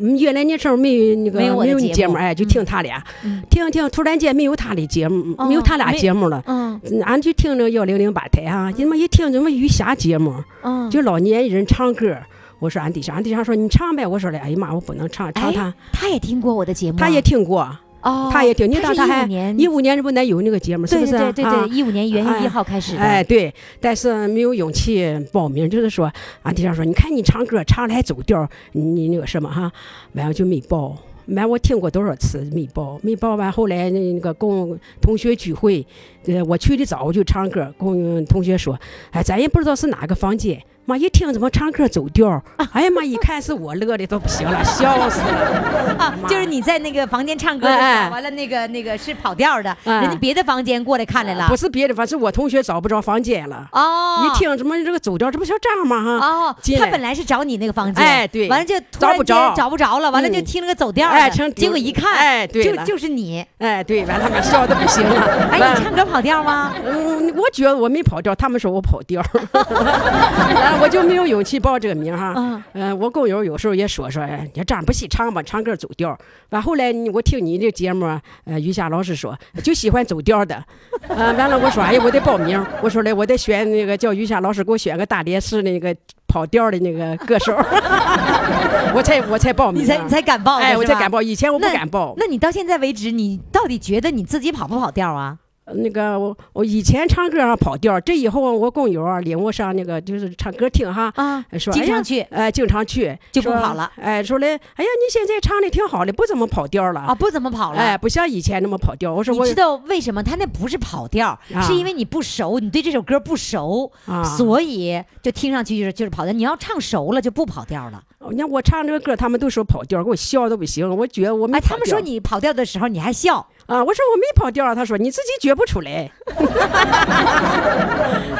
Speaker 7: 嗯原来那时候没有那个
Speaker 2: 没有我的
Speaker 7: 没有你
Speaker 2: 节
Speaker 7: 节
Speaker 2: 目
Speaker 7: 目，哎，就
Speaker 2: 嗯
Speaker 7: 听他俩，
Speaker 2: 嗯
Speaker 7: 听听，突然间没有他的节目，
Speaker 2: 哦
Speaker 7: 没有他俩
Speaker 2: 没
Speaker 7: 节目了，
Speaker 2: 嗯
Speaker 7: 嗯俺就听着幺零零八台啊，他妈一听什么余霞节目，
Speaker 2: 嗯，
Speaker 7: 就老年人唱歌。我说俺弟上，俺弟上说你唱呗。我说了，哎呀妈，我不能唱，
Speaker 2: 哎
Speaker 7: 唱他，
Speaker 2: 他也听过我的节目啊，
Speaker 7: 他也听过，
Speaker 2: 哦，
Speaker 7: 他也听。你当
Speaker 2: 他
Speaker 7: 他
Speaker 2: 是一
Speaker 7: 还
Speaker 2: 五年，
Speaker 7: 一五年这不咱有那个节目，是
Speaker 2: 对
Speaker 7: 不是
Speaker 2: 对
Speaker 7: 啊？
Speaker 2: 对对对，一五年元月一号开始的。
Speaker 7: 哎，对，但是没有勇气报名，就是说，俺弟上说，你看你唱歌唱的还走调儿，你那个什么哈，完我就没报。完，我听过多少次没报，没报完，后来那那个跟同学聚会，呃，我去的早我就唱歌，跟同学说，哎，咱也不知道是哪个房间，妈一听怎么唱歌走 调儿，哎呀妈，一看是我乐的都不行了，笑死 了。
Speaker 2: 啊，就是你在那个房间唱歌的时候，
Speaker 7: 哎哎
Speaker 2: 完了那个那个是跑调的，
Speaker 7: 哎
Speaker 2: 人家别的房间过来看来了
Speaker 7: 不。是别的，反正我同学找不着房间了。
Speaker 2: 哦，
Speaker 7: 一听怎么这个走调，这不就这样吗？哈，
Speaker 2: 哦，
Speaker 7: 进
Speaker 2: 他
Speaker 7: 来
Speaker 2: 本来是找你那个房间，
Speaker 7: 哎对
Speaker 2: 完了就突
Speaker 7: 找
Speaker 2: 然
Speaker 7: 不
Speaker 2: 间
Speaker 7: 着
Speaker 2: 找不着了，完了就
Speaker 7: 嗯
Speaker 2: 听了个走调的，
Speaker 7: 哎成
Speaker 2: 结果一看，
Speaker 7: 哎对
Speaker 2: 就
Speaker 7: 了嗯
Speaker 2: 就是你，
Speaker 7: 哎，对，完他们笑的不行了。
Speaker 2: 哎，
Speaker 7: 完
Speaker 2: 你唱歌跑调 吗？
Speaker 7: 嗯，我觉得我没跑调，他们说我跑调， 然后我就没有勇气报这个名儿哈。
Speaker 2: 嗯
Speaker 7: 嗯、我工友有时候也说说，哎，你这样不细唱吧，唱歌走调。完后来你我听你这节目啊，呃，于霞老师说就喜欢走调的。 呃，完了我说，哎呀，我得报名儿，我说嘞，我得选那个叫于霞老师给我选个大连市那个跑调的那个歌手， 我才我才报名
Speaker 2: 你
Speaker 7: 啊。
Speaker 2: 才你才敢报的，
Speaker 7: 哎，
Speaker 2: 是
Speaker 7: 我才
Speaker 2: 吧
Speaker 7: 敢报，以前我不
Speaker 2: 那
Speaker 7: 敢报。
Speaker 2: 那你到现在为止，你到底觉得你自己跑不跑调啊？
Speaker 7: 那个我我以前唱歌啊跑调儿，这以后啊我工友啊领我上那个就是唱歌厅哈，
Speaker 2: 啊
Speaker 7: 说
Speaker 2: 经常
Speaker 7: 哎呀
Speaker 2: 去
Speaker 7: 哎、经常去
Speaker 2: 就不
Speaker 7: 说
Speaker 2: 跑了
Speaker 7: 哎，说嘞，哎呀，你现在唱的挺好的，不怎么跑调儿了
Speaker 2: 啊，，不怎么跑了。
Speaker 7: 哎，不像以前那么跑调儿。我说
Speaker 2: 你
Speaker 7: 我
Speaker 2: 知道为什么他那不是跑调，
Speaker 7: 啊
Speaker 2: 是因为你不熟，你对这首歌不熟，
Speaker 7: 啊
Speaker 2: 所以就听上去就是就是跑调。你要唱熟了就不跑调了。
Speaker 7: 你看我唱这个歌，他们都说跑调儿，给我笑的不行，我觉得我没
Speaker 2: 哎，
Speaker 7: 跑调
Speaker 2: 他
Speaker 7: 儿、
Speaker 2: 们说你跑调的时候你还笑，
Speaker 7: 啊，我说我没跑调儿，他说你自己觉不出来。他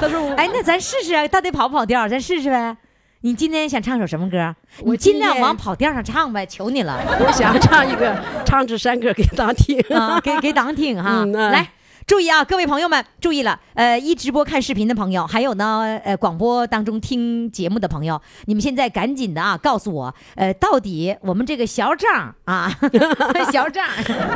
Speaker 7: 说我
Speaker 2: 哎，那咱试试啊，到底跑不跑调？咱试试呗。你今天想唱首什么歌？
Speaker 7: 我
Speaker 2: 你尽量
Speaker 7: 今天
Speaker 2: 往跑调上唱呗，求你了
Speaker 7: 我想唱一个《唱支山歌》给他听。
Speaker 2: 啊！ 给给党听哈，
Speaker 7: 嗯哎
Speaker 2: 来。注意啊，各位朋友们，注意了！呃，一直播看视频的朋友，还有呢，呃，广播当中听节目的朋友，你们现在赶紧的啊，告诉我，呃，到底我们这个小张啊， 小 张，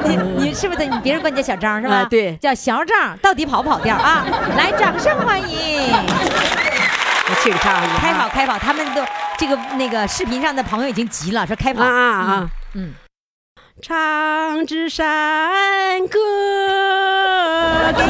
Speaker 2: 你你是不是你别人管你叫小张是吧？
Speaker 7: 哎对
Speaker 2: 叫小张，到底跑不跑调啊？来，掌声欢迎！
Speaker 7: 我 请唱一下
Speaker 2: 开
Speaker 7: 啊
Speaker 2: 跑开跑，他们都这个那个视频上的朋友已经急了，说开跑
Speaker 7: 啊啊啊！
Speaker 2: 嗯，
Speaker 7: 唱支 山歌给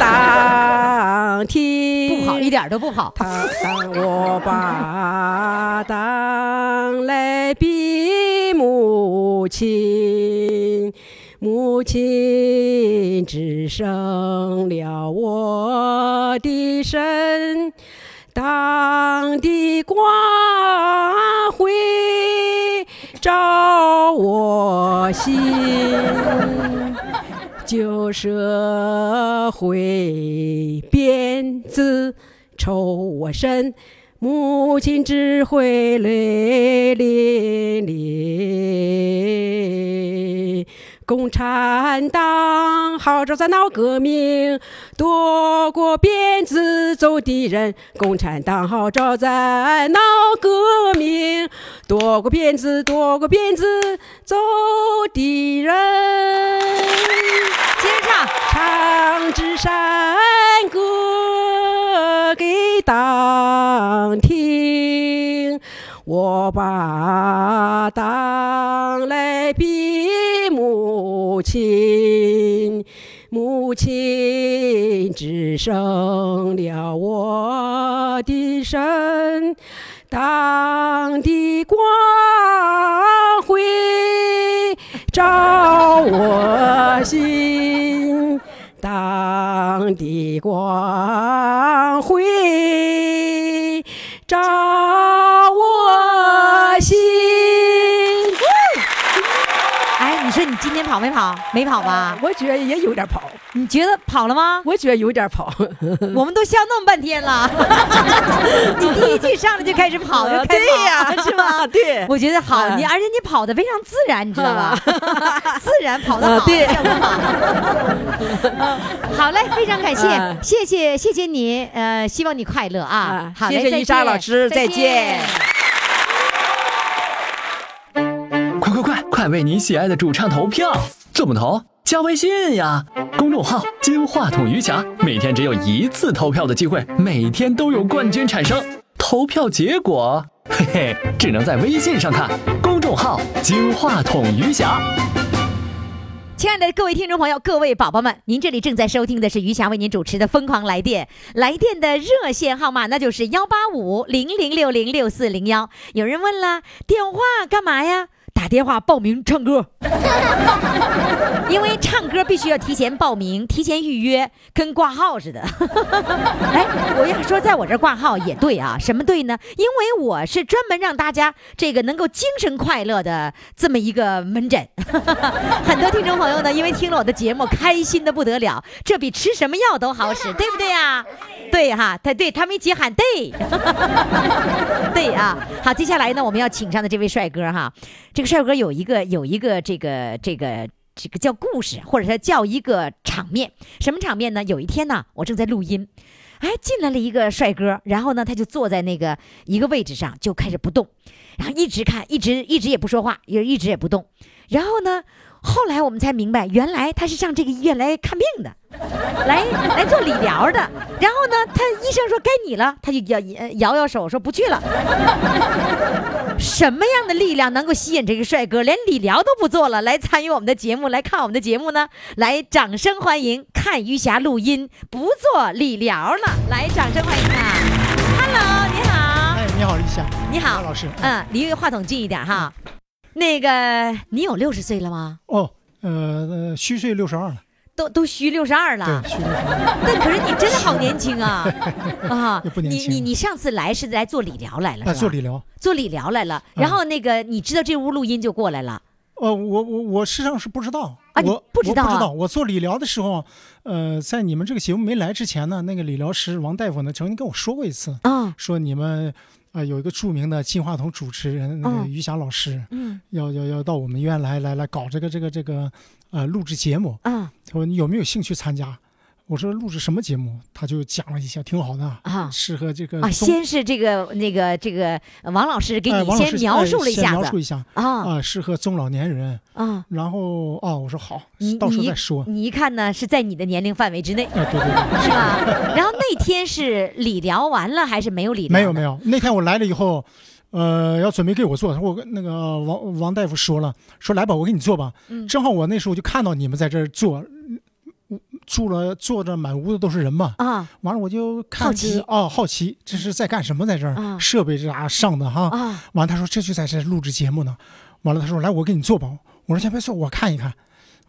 Speaker 7: 党听，
Speaker 2: 不跑一点都不跑。
Speaker 7: 他当我把党来比母亲，母亲只剩了我的身，党的光辉照我心。旧社会鞭子抽我身，母亲智慧泪淋漓。共产党号召咱闹革命，躲过鞭子走的人。共产党号召咱闹革命，躲过鞭子，躲过鞭子走的人。
Speaker 2: 接着唱，
Speaker 7: 唱支山歌给党听，我把党来比母亲，母亲只剩了我的身，党的光辉照我心。党的光辉照我心。
Speaker 2: 哎，你说你今天跑没跑？没跑吧？
Speaker 7: 我觉得也有点跑，
Speaker 2: 你觉得跑了吗？
Speaker 7: 我觉得有点跑。嗯
Speaker 2: 我们都笑那么半天 了，你第一句上来就开始跑，就开跑，
Speaker 7: 啊对呀
Speaker 2: 呃是吧？
Speaker 7: 对
Speaker 2: 我觉得好，
Speaker 7: 嗯
Speaker 2: 你而且你跑的非常自然，你知道吧？ 自然跑得
Speaker 7: 啊
Speaker 2: 好，
Speaker 7: 对
Speaker 2: 跑得 好。好嘞，非常感
Speaker 7: 嗯
Speaker 2: 谢，谢谢谢谢你，呃，希望你快乐啊
Speaker 7: 啊！
Speaker 2: 好嘞
Speaker 7: 谢谢
Speaker 2: 再
Speaker 7: 伊莎
Speaker 2: 见
Speaker 7: 老师再见
Speaker 5: 快快快，快为你喜爱的主唱投票！怎么投？加微信呀，公众号“金话筒余霞”，每天只有一次投票的机会，每天都有冠军产生。投票结果，嘿嘿，只能在微信上看。公众号“金话筒余霞”。
Speaker 2: 亲爱的各位听众朋友，各位宝宝们，您这里正在收听的是余霞为您主持的《疯狂来电》，来电的热线号码那就是幺八五零零六零六四零幺。有人问了，电话干嘛呀？打电话报名唱歌。 因为唱歌必须要提前报名、提前预约，跟挂号似的。 哎，我要说在我这儿挂号也对啊，什么对呢？因为我是专门让大家这个能够精神快乐的这么一个门诊。 很多听众朋友呢，因为听了我的节目，开心的不得了，这比吃什么药都好使，对不对啊？对哈、他对他们一起喊对。 对啊，好，接下来呢，我们要请上的这位帅哥哈，这个帅哥有一个有一个这个这个这个叫故事，或者说叫一个场面，什么场面呢？有一天呢，我正在录音，哎，进来了一个帅哥，然后呢，他就坐在那个一个位置上，就开始不动，然后一直看，一直一直也不说话，也一直也不动，然后呢，后来我们才明白，原来他是上这个医院来看病的。来来做理疗的。然后呢，他医生说该你了，他就摇呃摇摇手说不去了。什么样的力量能够吸引这个帅哥，连理疗都不做了，来参与我们的节目，来看我们的节目呢？来，掌声欢迎！看余霞录音，不做理疗了，来，掌声欢迎啊！Hello，你好，
Speaker 1: 哎，你好，立夏。
Speaker 2: 你好，
Speaker 1: 老师
Speaker 2: 嗯，离话筒近一点哈。那个，你有六十岁了吗？
Speaker 1: 哦，呃，呃虚岁六十二了，
Speaker 2: 都都虚六十二了。
Speaker 1: 对，虚岁六十二。
Speaker 2: 但可是你真的好年轻 啊！啊
Speaker 1: 也，不年
Speaker 2: 你
Speaker 1: 轻
Speaker 2: 你你上次来是来做理疗来了，
Speaker 1: 哎，
Speaker 2: 是吧
Speaker 1: 做理疗。
Speaker 2: 做理疗来了，
Speaker 1: 嗯
Speaker 2: 然后那个你知道这屋录音就过来了，
Speaker 1: 呃，我我我实际上是不知道，
Speaker 2: 啊你
Speaker 1: 我
Speaker 2: 不知道
Speaker 1: 我不
Speaker 2: 啊
Speaker 1: 知道。我做理疗的时候，呃，在你们这个节目没来之前呢，那个理疗师王大夫呢曾经跟我说过一次，
Speaker 2: 啊，
Speaker 1: 说你们啊、呃有一个著名的金话筒主持人那个
Speaker 2: 嗯
Speaker 1: 于霞老师，
Speaker 2: 嗯
Speaker 1: 要要要到我们医院来来来搞这个这个这个呃录制节目，
Speaker 2: 啊
Speaker 1: 他说你有没有兴趣参加？我说录制什么节目？他就讲了一下，挺好的啊
Speaker 2: 啊
Speaker 1: 适合这个
Speaker 2: 啊！
Speaker 1: 中
Speaker 2: 先是这个那个这个呃王老师给
Speaker 1: 哎
Speaker 2: 你
Speaker 1: 王老
Speaker 2: 先
Speaker 1: 师
Speaker 2: 描
Speaker 1: 哎
Speaker 2: 述了一
Speaker 1: 先
Speaker 2: 下
Speaker 1: 描述
Speaker 2: 子
Speaker 1: 一下
Speaker 2: 啊
Speaker 1: 啊，适合中老年人。
Speaker 2: 啊，
Speaker 1: 然后哦，我说好
Speaker 2: 你，
Speaker 1: 到时候
Speaker 2: 你
Speaker 1: 再说。
Speaker 2: 你一看呢是在你的年龄范围之内
Speaker 1: 哎，对对对，
Speaker 2: 是吧？然后那天是理疗完了还是没有理疗？
Speaker 1: 没有没，有，那天我来了以后，呃，要准备给我做，我跟那个呃王王大夫说了，说来吧，我给你做吧。
Speaker 2: 嗯
Speaker 1: 正好我那时候就看到你们在这儿做，嗯住了坐着满屋子都是人嘛。
Speaker 2: 啊
Speaker 1: 完了我就看
Speaker 2: 好
Speaker 1: 这
Speaker 2: 奇
Speaker 1: 哦，好奇这是在干什么在这儿？
Speaker 2: 啊
Speaker 1: 设备这啥上的哈？
Speaker 2: 啊
Speaker 1: 完了他说这就在这录制节目呢。完了他说来我给你做吧，我说先别做，我看一看。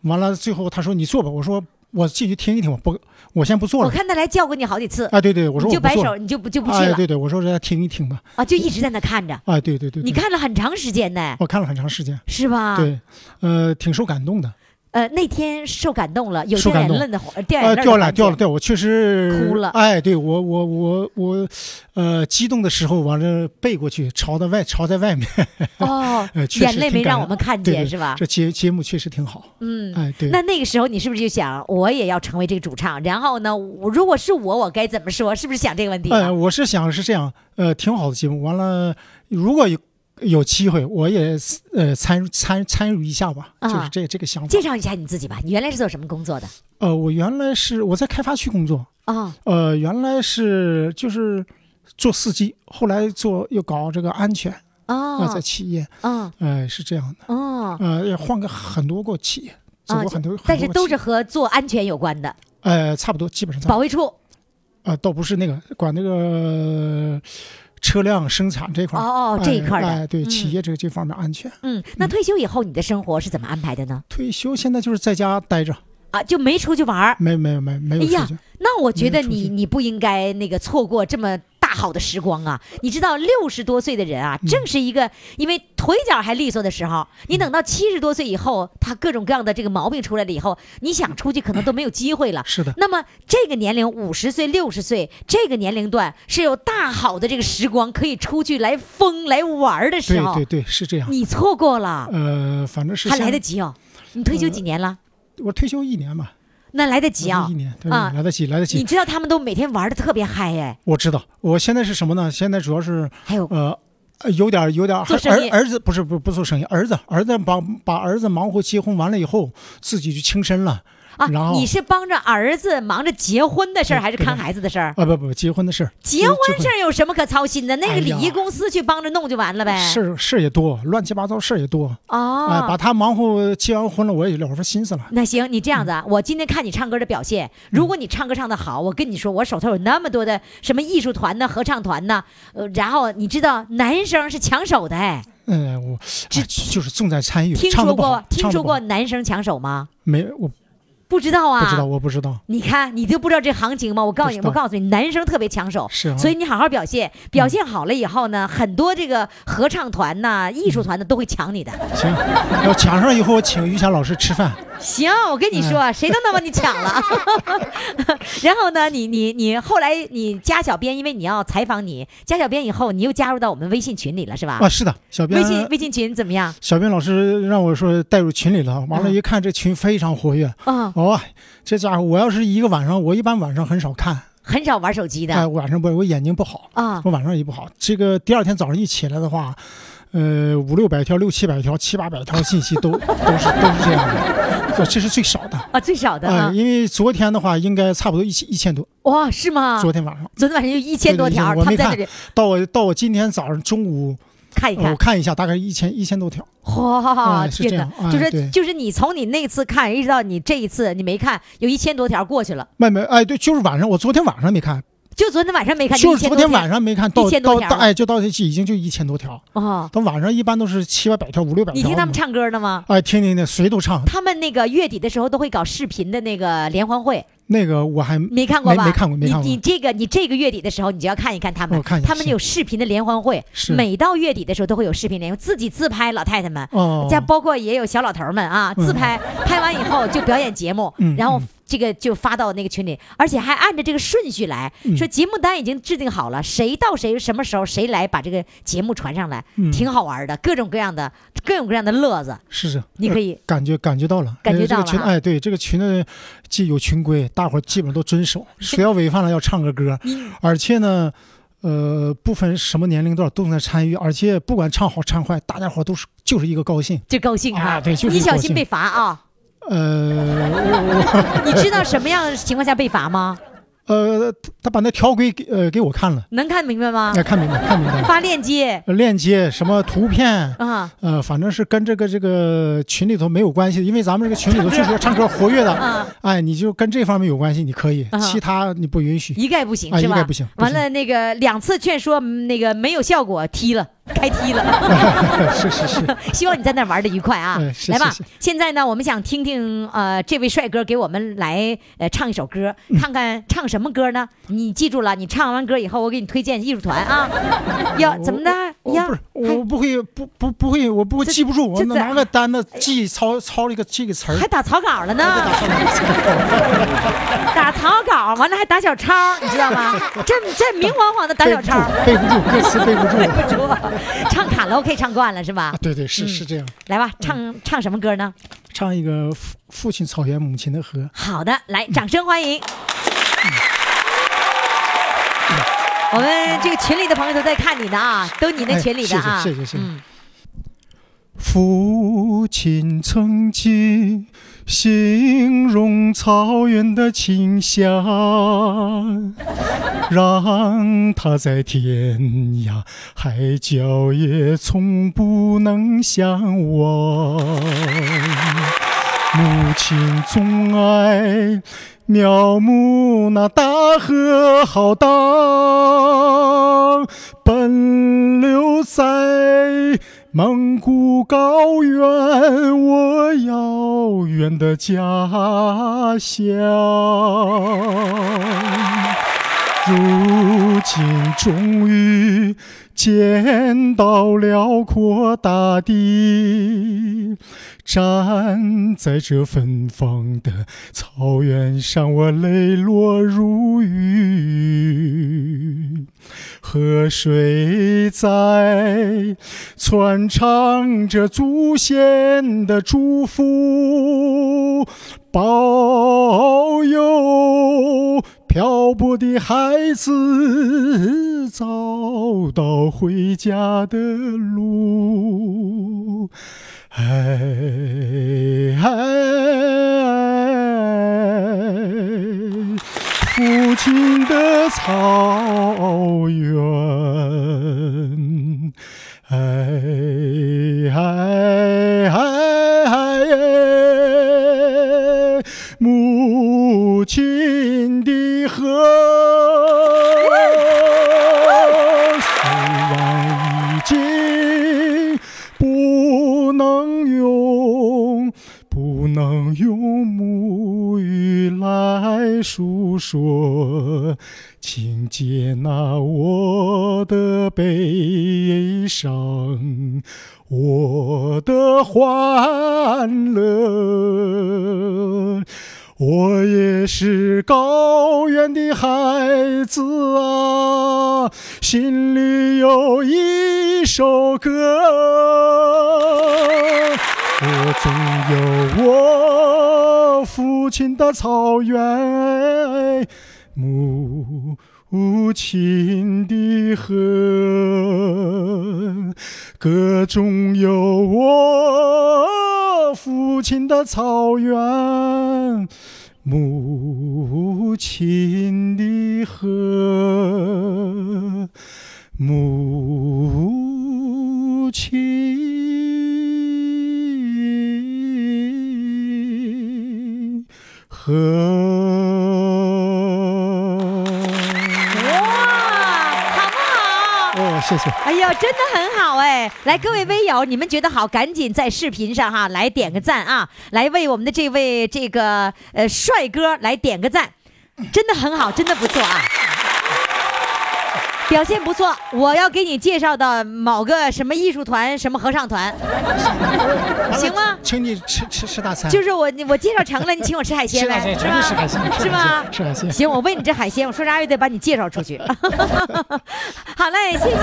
Speaker 1: 完了最后他说你做吧，我说我进去听一听，我不我先不做
Speaker 2: 我
Speaker 1: 了。
Speaker 2: 看他来叫过你好几次，
Speaker 1: 哦哎对对，我
Speaker 2: 哦
Speaker 1: 说
Speaker 2: 你就
Speaker 1: 我不
Speaker 2: 摆
Speaker 1: 做
Speaker 2: 手，
Speaker 1: 了。
Speaker 2: 你就不就不去
Speaker 1: 哎
Speaker 2: 了
Speaker 1: 对对，我说再听一听吧。
Speaker 2: 啊，就一直在那看着。
Speaker 1: 哎对对对，对
Speaker 2: 你看了很长时间呢，
Speaker 1: 我看了很长时间，
Speaker 2: 是吧？，
Speaker 1: 对，呃挺受感动的。
Speaker 2: 呃，那天受感动了，有
Speaker 1: 受
Speaker 2: 掉
Speaker 1: 感
Speaker 2: 眼
Speaker 1: 动
Speaker 2: 泪的，掉眼
Speaker 1: 啊，
Speaker 2: 泪
Speaker 1: 掉了，掉了，
Speaker 2: 了，
Speaker 1: 掉了！我确实
Speaker 2: 哭了
Speaker 1: 哎，对我，我，我，我，呃，激动的时候完了背过去，朝到外，朝在外面。
Speaker 2: 哦
Speaker 1: 呃，确实
Speaker 2: 眼泪没
Speaker 1: 挺感
Speaker 2: 让
Speaker 1: 人
Speaker 2: 我们看
Speaker 1: 对
Speaker 2: 见
Speaker 1: 对
Speaker 2: 是吧？
Speaker 1: 这节节目确实挺好。
Speaker 2: 嗯。
Speaker 1: 哎，对，
Speaker 2: 那那个时候，你是不是就想，我也要成为这个主唱？然后呢，我如果是我，我该怎么说？是不是想这个问题啊？
Speaker 1: 呃，我是想是这样，呃，挺好的节目。完了，如果有有机会，我也呃参参参与一下吧，就
Speaker 2: 啊
Speaker 1: 是这这个想法
Speaker 2: 介。绍一下你自己吧，你原来是做什么工作的？
Speaker 1: 呃，我原来是我在开发区工作，
Speaker 2: 哦
Speaker 1: 呃，原来是就是做司机，后来做又搞这个安全啊，在
Speaker 2: 哦
Speaker 1: 企业，
Speaker 2: 哦
Speaker 1: 呃，是这样的。
Speaker 2: 哦，
Speaker 1: 呃，也换个很多个企业，走
Speaker 2: 啊
Speaker 1: 过很多，很
Speaker 2: 但
Speaker 1: 多
Speaker 2: 是
Speaker 1: 个
Speaker 2: 都
Speaker 1: 企
Speaker 2: 是
Speaker 1: 业
Speaker 2: 和做安全有关的，
Speaker 1: 呃，差不多，基本上差不
Speaker 2: 保
Speaker 1: 多。
Speaker 2: 卫处。
Speaker 1: 呃，倒不是那个管那个车辆生产这块儿
Speaker 2: 哦哦这一块儿的
Speaker 1: 哎哎对
Speaker 2: 嗯
Speaker 1: 企业这这方面安全。
Speaker 2: 嗯，那退休以后你的生活是怎么安排的呢？
Speaker 1: 退休现在就是在家待着，
Speaker 2: 啊，就没出去玩儿，
Speaker 1: 没没没没有
Speaker 2: 哎呀
Speaker 1: 出去。
Speaker 2: 那我觉
Speaker 1: 嗯没
Speaker 2: 得
Speaker 1: 有出
Speaker 2: 你
Speaker 1: 去
Speaker 2: 你不应该那个错过这么大好的时光啊！你知道六十多岁的人啊，
Speaker 1: 嗯
Speaker 2: 正是一个因为腿脚还利索的时候，你等到七十多岁以后，他各种各样的这个毛病出来了以后，你想出去可能都没有机会了。
Speaker 1: 是的，
Speaker 2: 那么这个年龄五十岁、六十岁这个年龄段是有大好的这个时光可以出去来疯来玩儿的时
Speaker 1: 对
Speaker 2: 候，
Speaker 1: 对对，是
Speaker 7: 啊
Speaker 1: 这样。
Speaker 2: 你错过了，
Speaker 1: 呃，反正是
Speaker 2: 还
Speaker 1: 现
Speaker 2: 来得及哦。你退休几年了？
Speaker 1: 我退休一年吧，
Speaker 2: 那来得及
Speaker 1: 退
Speaker 2: 啊
Speaker 1: 休一！年，对，
Speaker 2: 啊
Speaker 1: 来得及，来得
Speaker 2: 你
Speaker 1: 及。
Speaker 2: 知道他们都每天玩的特别嗨哎，
Speaker 1: 我知道，我现在是什么呢？现在主要是
Speaker 2: 还有
Speaker 1: 呃，呃有点儿有点儿
Speaker 2: 做
Speaker 1: 还
Speaker 2: 生意
Speaker 1: 儿儿子不是不是不做生意，儿子儿子把把儿子忙活结婚完了以后，自己就轻生了，
Speaker 2: 啊
Speaker 7: 然后
Speaker 2: 你是帮着儿子忙着结婚的事儿，
Speaker 7: 对
Speaker 2: 还是
Speaker 7: 对
Speaker 2: 看
Speaker 7: 的
Speaker 2: 孩子的事儿？
Speaker 1: 呃
Speaker 7: 啊，不不，结婚的事儿，
Speaker 2: 结婚事儿有什么可操心的？那
Speaker 7: 哎
Speaker 2: 个礼
Speaker 7: 呀
Speaker 2: 仪公司去帮着弄就完了呗。
Speaker 7: 事儿事儿也多，乱七八糟事儿也多，哎，把
Speaker 2: 哦，
Speaker 7: 他忙活结完婚了，我也有点心思了。
Speaker 2: 那行，你这样子啊，我今天看你唱歌的表现，如果你唱歌唱得好，我跟你说，我手头有那么多的什么艺术团呐、合唱团呐，呃，然后你知道男生是抢手的，哎，
Speaker 7: 嗯，我
Speaker 2: 这
Speaker 7: 哎就是重在参与，
Speaker 2: 听
Speaker 7: 哎唱得
Speaker 2: 说
Speaker 7: 不好
Speaker 2: 过听
Speaker 7: 唱得
Speaker 2: 说
Speaker 7: 不好
Speaker 2: 过男生抢手吗？
Speaker 7: 没？我
Speaker 2: 不知道啊，
Speaker 7: 不知道，我不知道。
Speaker 2: 你看，你就不知道这行情吗？我告诉你，
Speaker 7: 不知
Speaker 2: 我
Speaker 7: 道
Speaker 2: 告诉你，男生特别抢手，
Speaker 7: 是啊
Speaker 2: 所以你好好表现，表现好了以后呢，很多这个合唱团呐、
Speaker 7: 嗯
Speaker 2: 艺术团呢都会抢你的。
Speaker 7: 行，要抢上以后，我请于霞老师吃饭。
Speaker 2: 行，我跟你说，
Speaker 7: 嗯
Speaker 2: 谁都能把你抢 了。然后呢，你你你后来你加小编，因为你要采访你，加小编以后，你又加入到我们微信群里了，是吧？
Speaker 7: 啊，是的，小编
Speaker 2: 微信微信群怎么样？
Speaker 7: 小编老师让我说带入群里了，完了，
Speaker 2: 嗯
Speaker 7: 一看这群非常活跃。
Speaker 2: 嗯，
Speaker 7: 哦，这家伙，我要是一个晚上，我一般晚上很少看，
Speaker 2: 很少玩手机的
Speaker 7: 哎，
Speaker 2: 啊、
Speaker 7: 晚上不，我眼睛不好，
Speaker 2: 嗯
Speaker 7: 我晚上也不好。啊这个第二天早上一起来的话，呃，五六百条、六七百条、七八百条信息都都是都是这样的，这这是最少的。
Speaker 2: 啊，最少的
Speaker 7: 哎，
Speaker 2: 啊，
Speaker 7: 因为昨天的话，应该差不多一千一千多。
Speaker 2: 哇，是吗？
Speaker 7: 昨天晚上，
Speaker 2: 昨天晚上就一千多
Speaker 7: 对对
Speaker 2: 条，
Speaker 7: 对我
Speaker 2: 他们
Speaker 7: 没
Speaker 2: 在
Speaker 7: 看
Speaker 2: 那里
Speaker 7: 到我到我今天早上中午，
Speaker 2: 看一
Speaker 7: 呃
Speaker 2: 看
Speaker 7: 我。看一下，大概一千一千多 条。
Speaker 2: 哇，
Speaker 7: 哎是
Speaker 2: 天
Speaker 7: 这
Speaker 2: 哪！
Speaker 7: 样哎
Speaker 2: 就是
Speaker 7: 对
Speaker 2: 就是你从你那次看一直到你这一次，你没看有一千多条过去了，
Speaker 7: 没没，哎，对，就是晚上，我昨天晚上没
Speaker 2: 啊
Speaker 7: 看，
Speaker 2: 就昨天晚上没看，
Speaker 7: 就是昨天晚
Speaker 2: 上
Speaker 7: 上没看到
Speaker 2: 1000多
Speaker 7: 到
Speaker 2: 条啊
Speaker 7: 到，哎，就到已经就一千多条。
Speaker 2: 哦，
Speaker 7: 到晚上一般都是七八百条、五六百条。
Speaker 2: 你听他们，唱歌呢吗？
Speaker 7: 哎，听听听，谁都唱。
Speaker 2: 他们那个月底的时候都会搞视频的那个联欢会，
Speaker 7: 那个我还没
Speaker 2: 没看过吧？
Speaker 7: 没看过，没看过。
Speaker 2: 你你这个你这个月底的时候，你就要看一看他们，
Speaker 7: 我看一下
Speaker 2: 他们有视频的联欢会，
Speaker 7: 是
Speaker 2: 每到月底的时候都会有视频联欢，自己自拍老太太们，
Speaker 7: 哦，
Speaker 2: 再包括也有小老头儿们啊，
Speaker 7: 嗯
Speaker 2: 自拍，拍完以后就表演节目，
Speaker 7: 嗯
Speaker 2: 然后
Speaker 7: 嗯
Speaker 2: 这个就发到那个群里，而且还按照这个顺序来，
Speaker 7: 嗯
Speaker 2: 说节目单已经制定好了，谁到谁什么时候谁来把这个节目传上来，
Speaker 7: 嗯
Speaker 2: 挺好玩的，各种各样的各种各样的乐子，
Speaker 7: 是是，
Speaker 2: 你可以
Speaker 7: 呃感觉感觉到了，
Speaker 2: 感觉
Speaker 7: 呃这
Speaker 2: 到了
Speaker 7: 个
Speaker 2: 啊
Speaker 7: 群，
Speaker 2: 哈
Speaker 7: 哎，对，这个群呢，既有群规，大伙儿基本都遵守，谁要违反了要唱个歌，而且呢。呃，不分什么年龄段都在参与，而且不管唱好唱坏，大家伙都是就是一个高兴。
Speaker 2: 就高兴哈、
Speaker 7: 啊对就是
Speaker 2: 你小
Speaker 7: 高
Speaker 2: 心
Speaker 7: 兴
Speaker 2: 被罚啊！
Speaker 7: 呃，
Speaker 2: 你知道什么样的情况下被罚 吗？
Speaker 7: 呃，他他把那条规给呃给我看了，
Speaker 2: 能看明白吗
Speaker 7: 哎、？看明白，看明白了。
Speaker 2: 发链接
Speaker 7: 呃链接什么图片，
Speaker 2: 啊
Speaker 7: 呃，反正是跟这个这个群里头没有关系的，因为咱们这个群里头
Speaker 2: 唱歌
Speaker 7: 就是要唱歌嗯活跃的，
Speaker 2: 啊，
Speaker 7: 哎，你就跟这方面有关系，你可以
Speaker 2: 啊，
Speaker 7: 其他你不允许。
Speaker 2: 一概不行、
Speaker 7: 啊
Speaker 2: 是吧？
Speaker 7: 一概不行不
Speaker 2: 完
Speaker 7: 行
Speaker 2: 了，那个两次劝说嗯那个没有效果，踢了， 开踢了。
Speaker 7: 是是是，
Speaker 2: 希望你在那儿玩的愉快啊！
Speaker 7: 哎是
Speaker 2: 来吧
Speaker 7: 是是
Speaker 2: 现在呢，我们想听听呃，这位帅哥给我们来呃唱一首歌，
Speaker 7: 嗯
Speaker 2: 看看唱什么歌呢？你记住了，你唱完歌以后，我给你推荐艺术团 啊。要怎么的？
Speaker 7: 我
Speaker 2: 要
Speaker 7: 哦不是我不会不不不会，我不会
Speaker 2: 这
Speaker 7: 记不住，我
Speaker 2: 这咋
Speaker 7: 拿个单子记抄抄这个这个词儿
Speaker 2: 还。打草稿了呢，打草稿，完了还打小抄，你知道吗？这这明晃晃的打
Speaker 7: 背
Speaker 2: 小
Speaker 7: 不住
Speaker 2: 抄，，
Speaker 7: 背不住，歌词 背不住
Speaker 2: 不住啊唱卡拉 OK 唱惯了是吧
Speaker 7: 啊！？对对，是
Speaker 2: 嗯
Speaker 7: 是这样。
Speaker 2: 来吧，唱唱什么歌呢？
Speaker 7: 唱一个父父亲草原，母亲的河。
Speaker 2: 好的，来，掌声欢迎。我们这个群里的朋友都在看你的啊，都你那
Speaker 7: 哎
Speaker 2: 群里的啊，
Speaker 7: 谢谢谢谢谢谢
Speaker 2: 嗯
Speaker 7: 父亲曾经形容草原的清香，让他在天涯海角也从不能相忘。母亲啊总爱苗木那大河浩荡，奔流在蒙古高原，我遥远的家乡。如今终于见到辽阔大地，站在这芬芳的草原上，我泪落如雨。河水在传唱着祖先的祝福，保佑漂泊的孩子找到回家的路。哎哎哎哎情的草原，哎哎哎哎哎，母亲的河。虽然已经不能用，不能用母语来诉说，请接纳我的悲伤，我的欢乐。我也是高原的孩子啊，心里有一首歌。我总有我父亲的草原，母亲的河，歌中有我父亲的草原，母亲的河。母亲和。
Speaker 2: 哇，好不好？
Speaker 7: 哦，谢谢。
Speaker 2: 哎呦，真的很好哎！来，各位微友，你们觉得好，赶紧在视频上哈来点个赞啊，来为我们的这位这个呃帅哥来点个赞，真的很好，真的不错啊，表现不错。我要给你介绍到某个什么艺术团、什么合唱 团，行吗？
Speaker 7: 请你吃吃吃大餐，
Speaker 2: 就是我我介绍成了，你请我吃海鲜
Speaker 7: 吃海
Speaker 2: 呗，
Speaker 7: 鲜，绝对吃海鲜，
Speaker 2: 是吧？
Speaker 7: 吃海鲜。
Speaker 2: 行，我问你这海鲜，我说啥也得把你介绍出 去。 好嘞，谢谢。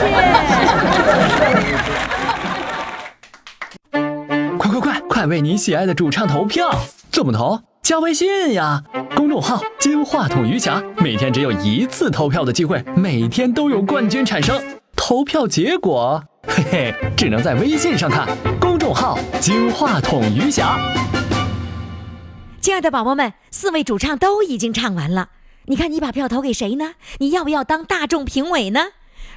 Speaker 5: 快快快，快为你喜爱的主唱投票！怎么投？加微信 呀，公众号“金话筒余霞”，每天只有一次投票的机会，每天都有冠军产生。投票结果，嘿嘿，只能在微信上看。公众号“金话筒余霞”。
Speaker 2: 亲爱的宝宝们，四位主唱都已经唱完了，你看你把票投给谁呢？你要不要当大众评委呢？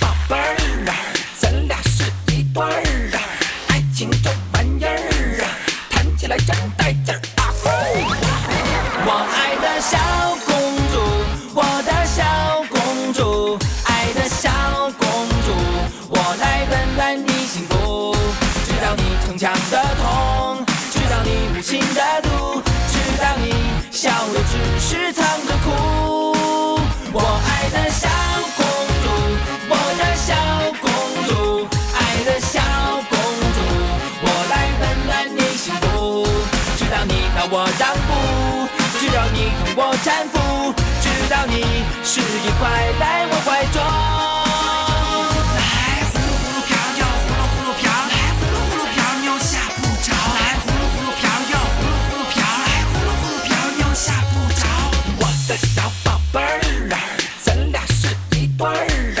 Speaker 1: 宝贝儿啊，咱俩是一对儿啊，爱情这玩意儿啊，谈起来真带劲儿啊！呼我爱的小公主，我的小公主，爱的小公主，我来温暖你幸福。知道你逞强的痛，知道你无情的毒，知道你笑的只是藏着哭。我爱的小公主，我的小公主，爱的小公主，我来温暖你幸福。知道你让我让步，知道你同我搀扶，知道你是一块在我怀中。来呼噜呼噜瓢又呼噜呼噜瓢，来呼噜呼噜瓢又吓不着，来呼噜呼噜瓢又呼噜呼噜瓢，来呼噜呼噜瓢又吓不着。我的小宝贝儿啊，咱俩是一对儿啊，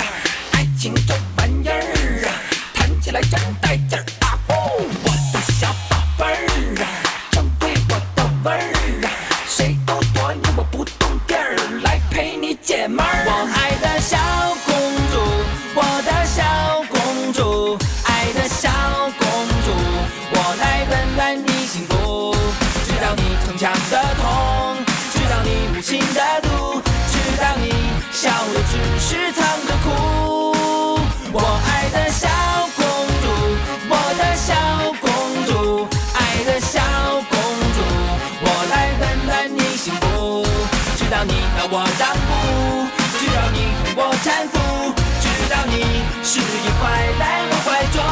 Speaker 1: 爱情这玩意儿啊，谈起来真带劲儿啊！呼，我的小宝贝儿啊，正对我的味儿啊，谁都躲你我不动地儿，来陪你解闷儿。我爱的小公主，我的小公主，爱的小公主，我来温暖你幸福。知道你逞强的痛，知道你无情的毒，知道你笑的只是藏着哭。我爱的小公主，我的小公主，爱的小公在我怀中。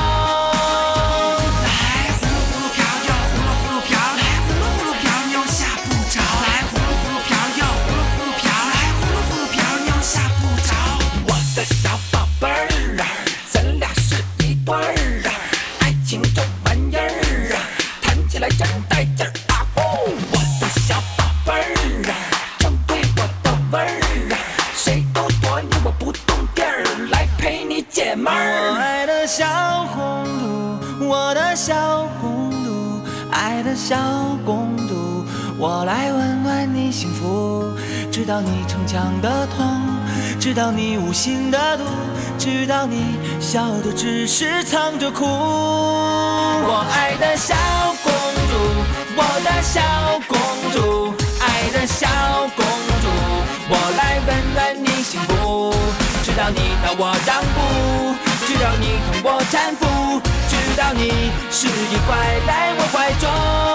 Speaker 1: 来呼噜呼噜飘，要呼噜呼噜飘，来呼噜呼噜飘，鸟吓不着。来呼噜呼噜飘，要呼噜呼噜飘，来呼噜呼噜飘，鸟吓不着。我的小宝贝儿啊，咱俩是一对儿啊，爱情这玩意儿啊，谈起来真带劲儿啊！呼，我的小宝贝儿啊，正对我的味儿啊，谁都躲你我不动地儿，啊来陪你解闷儿。
Speaker 8: 我爱的小公主，我的小公主，爱的小公主，我来温暖你幸福，知道你逞强的痛，知道你无心的毒，知道你笑的只是藏着哭。
Speaker 1: 我爱的小公主，我的小公主，爱的小公主，我来温暖你幸福。知道你让我让步，知道你同我搀扶，知道你是一块在我怀中。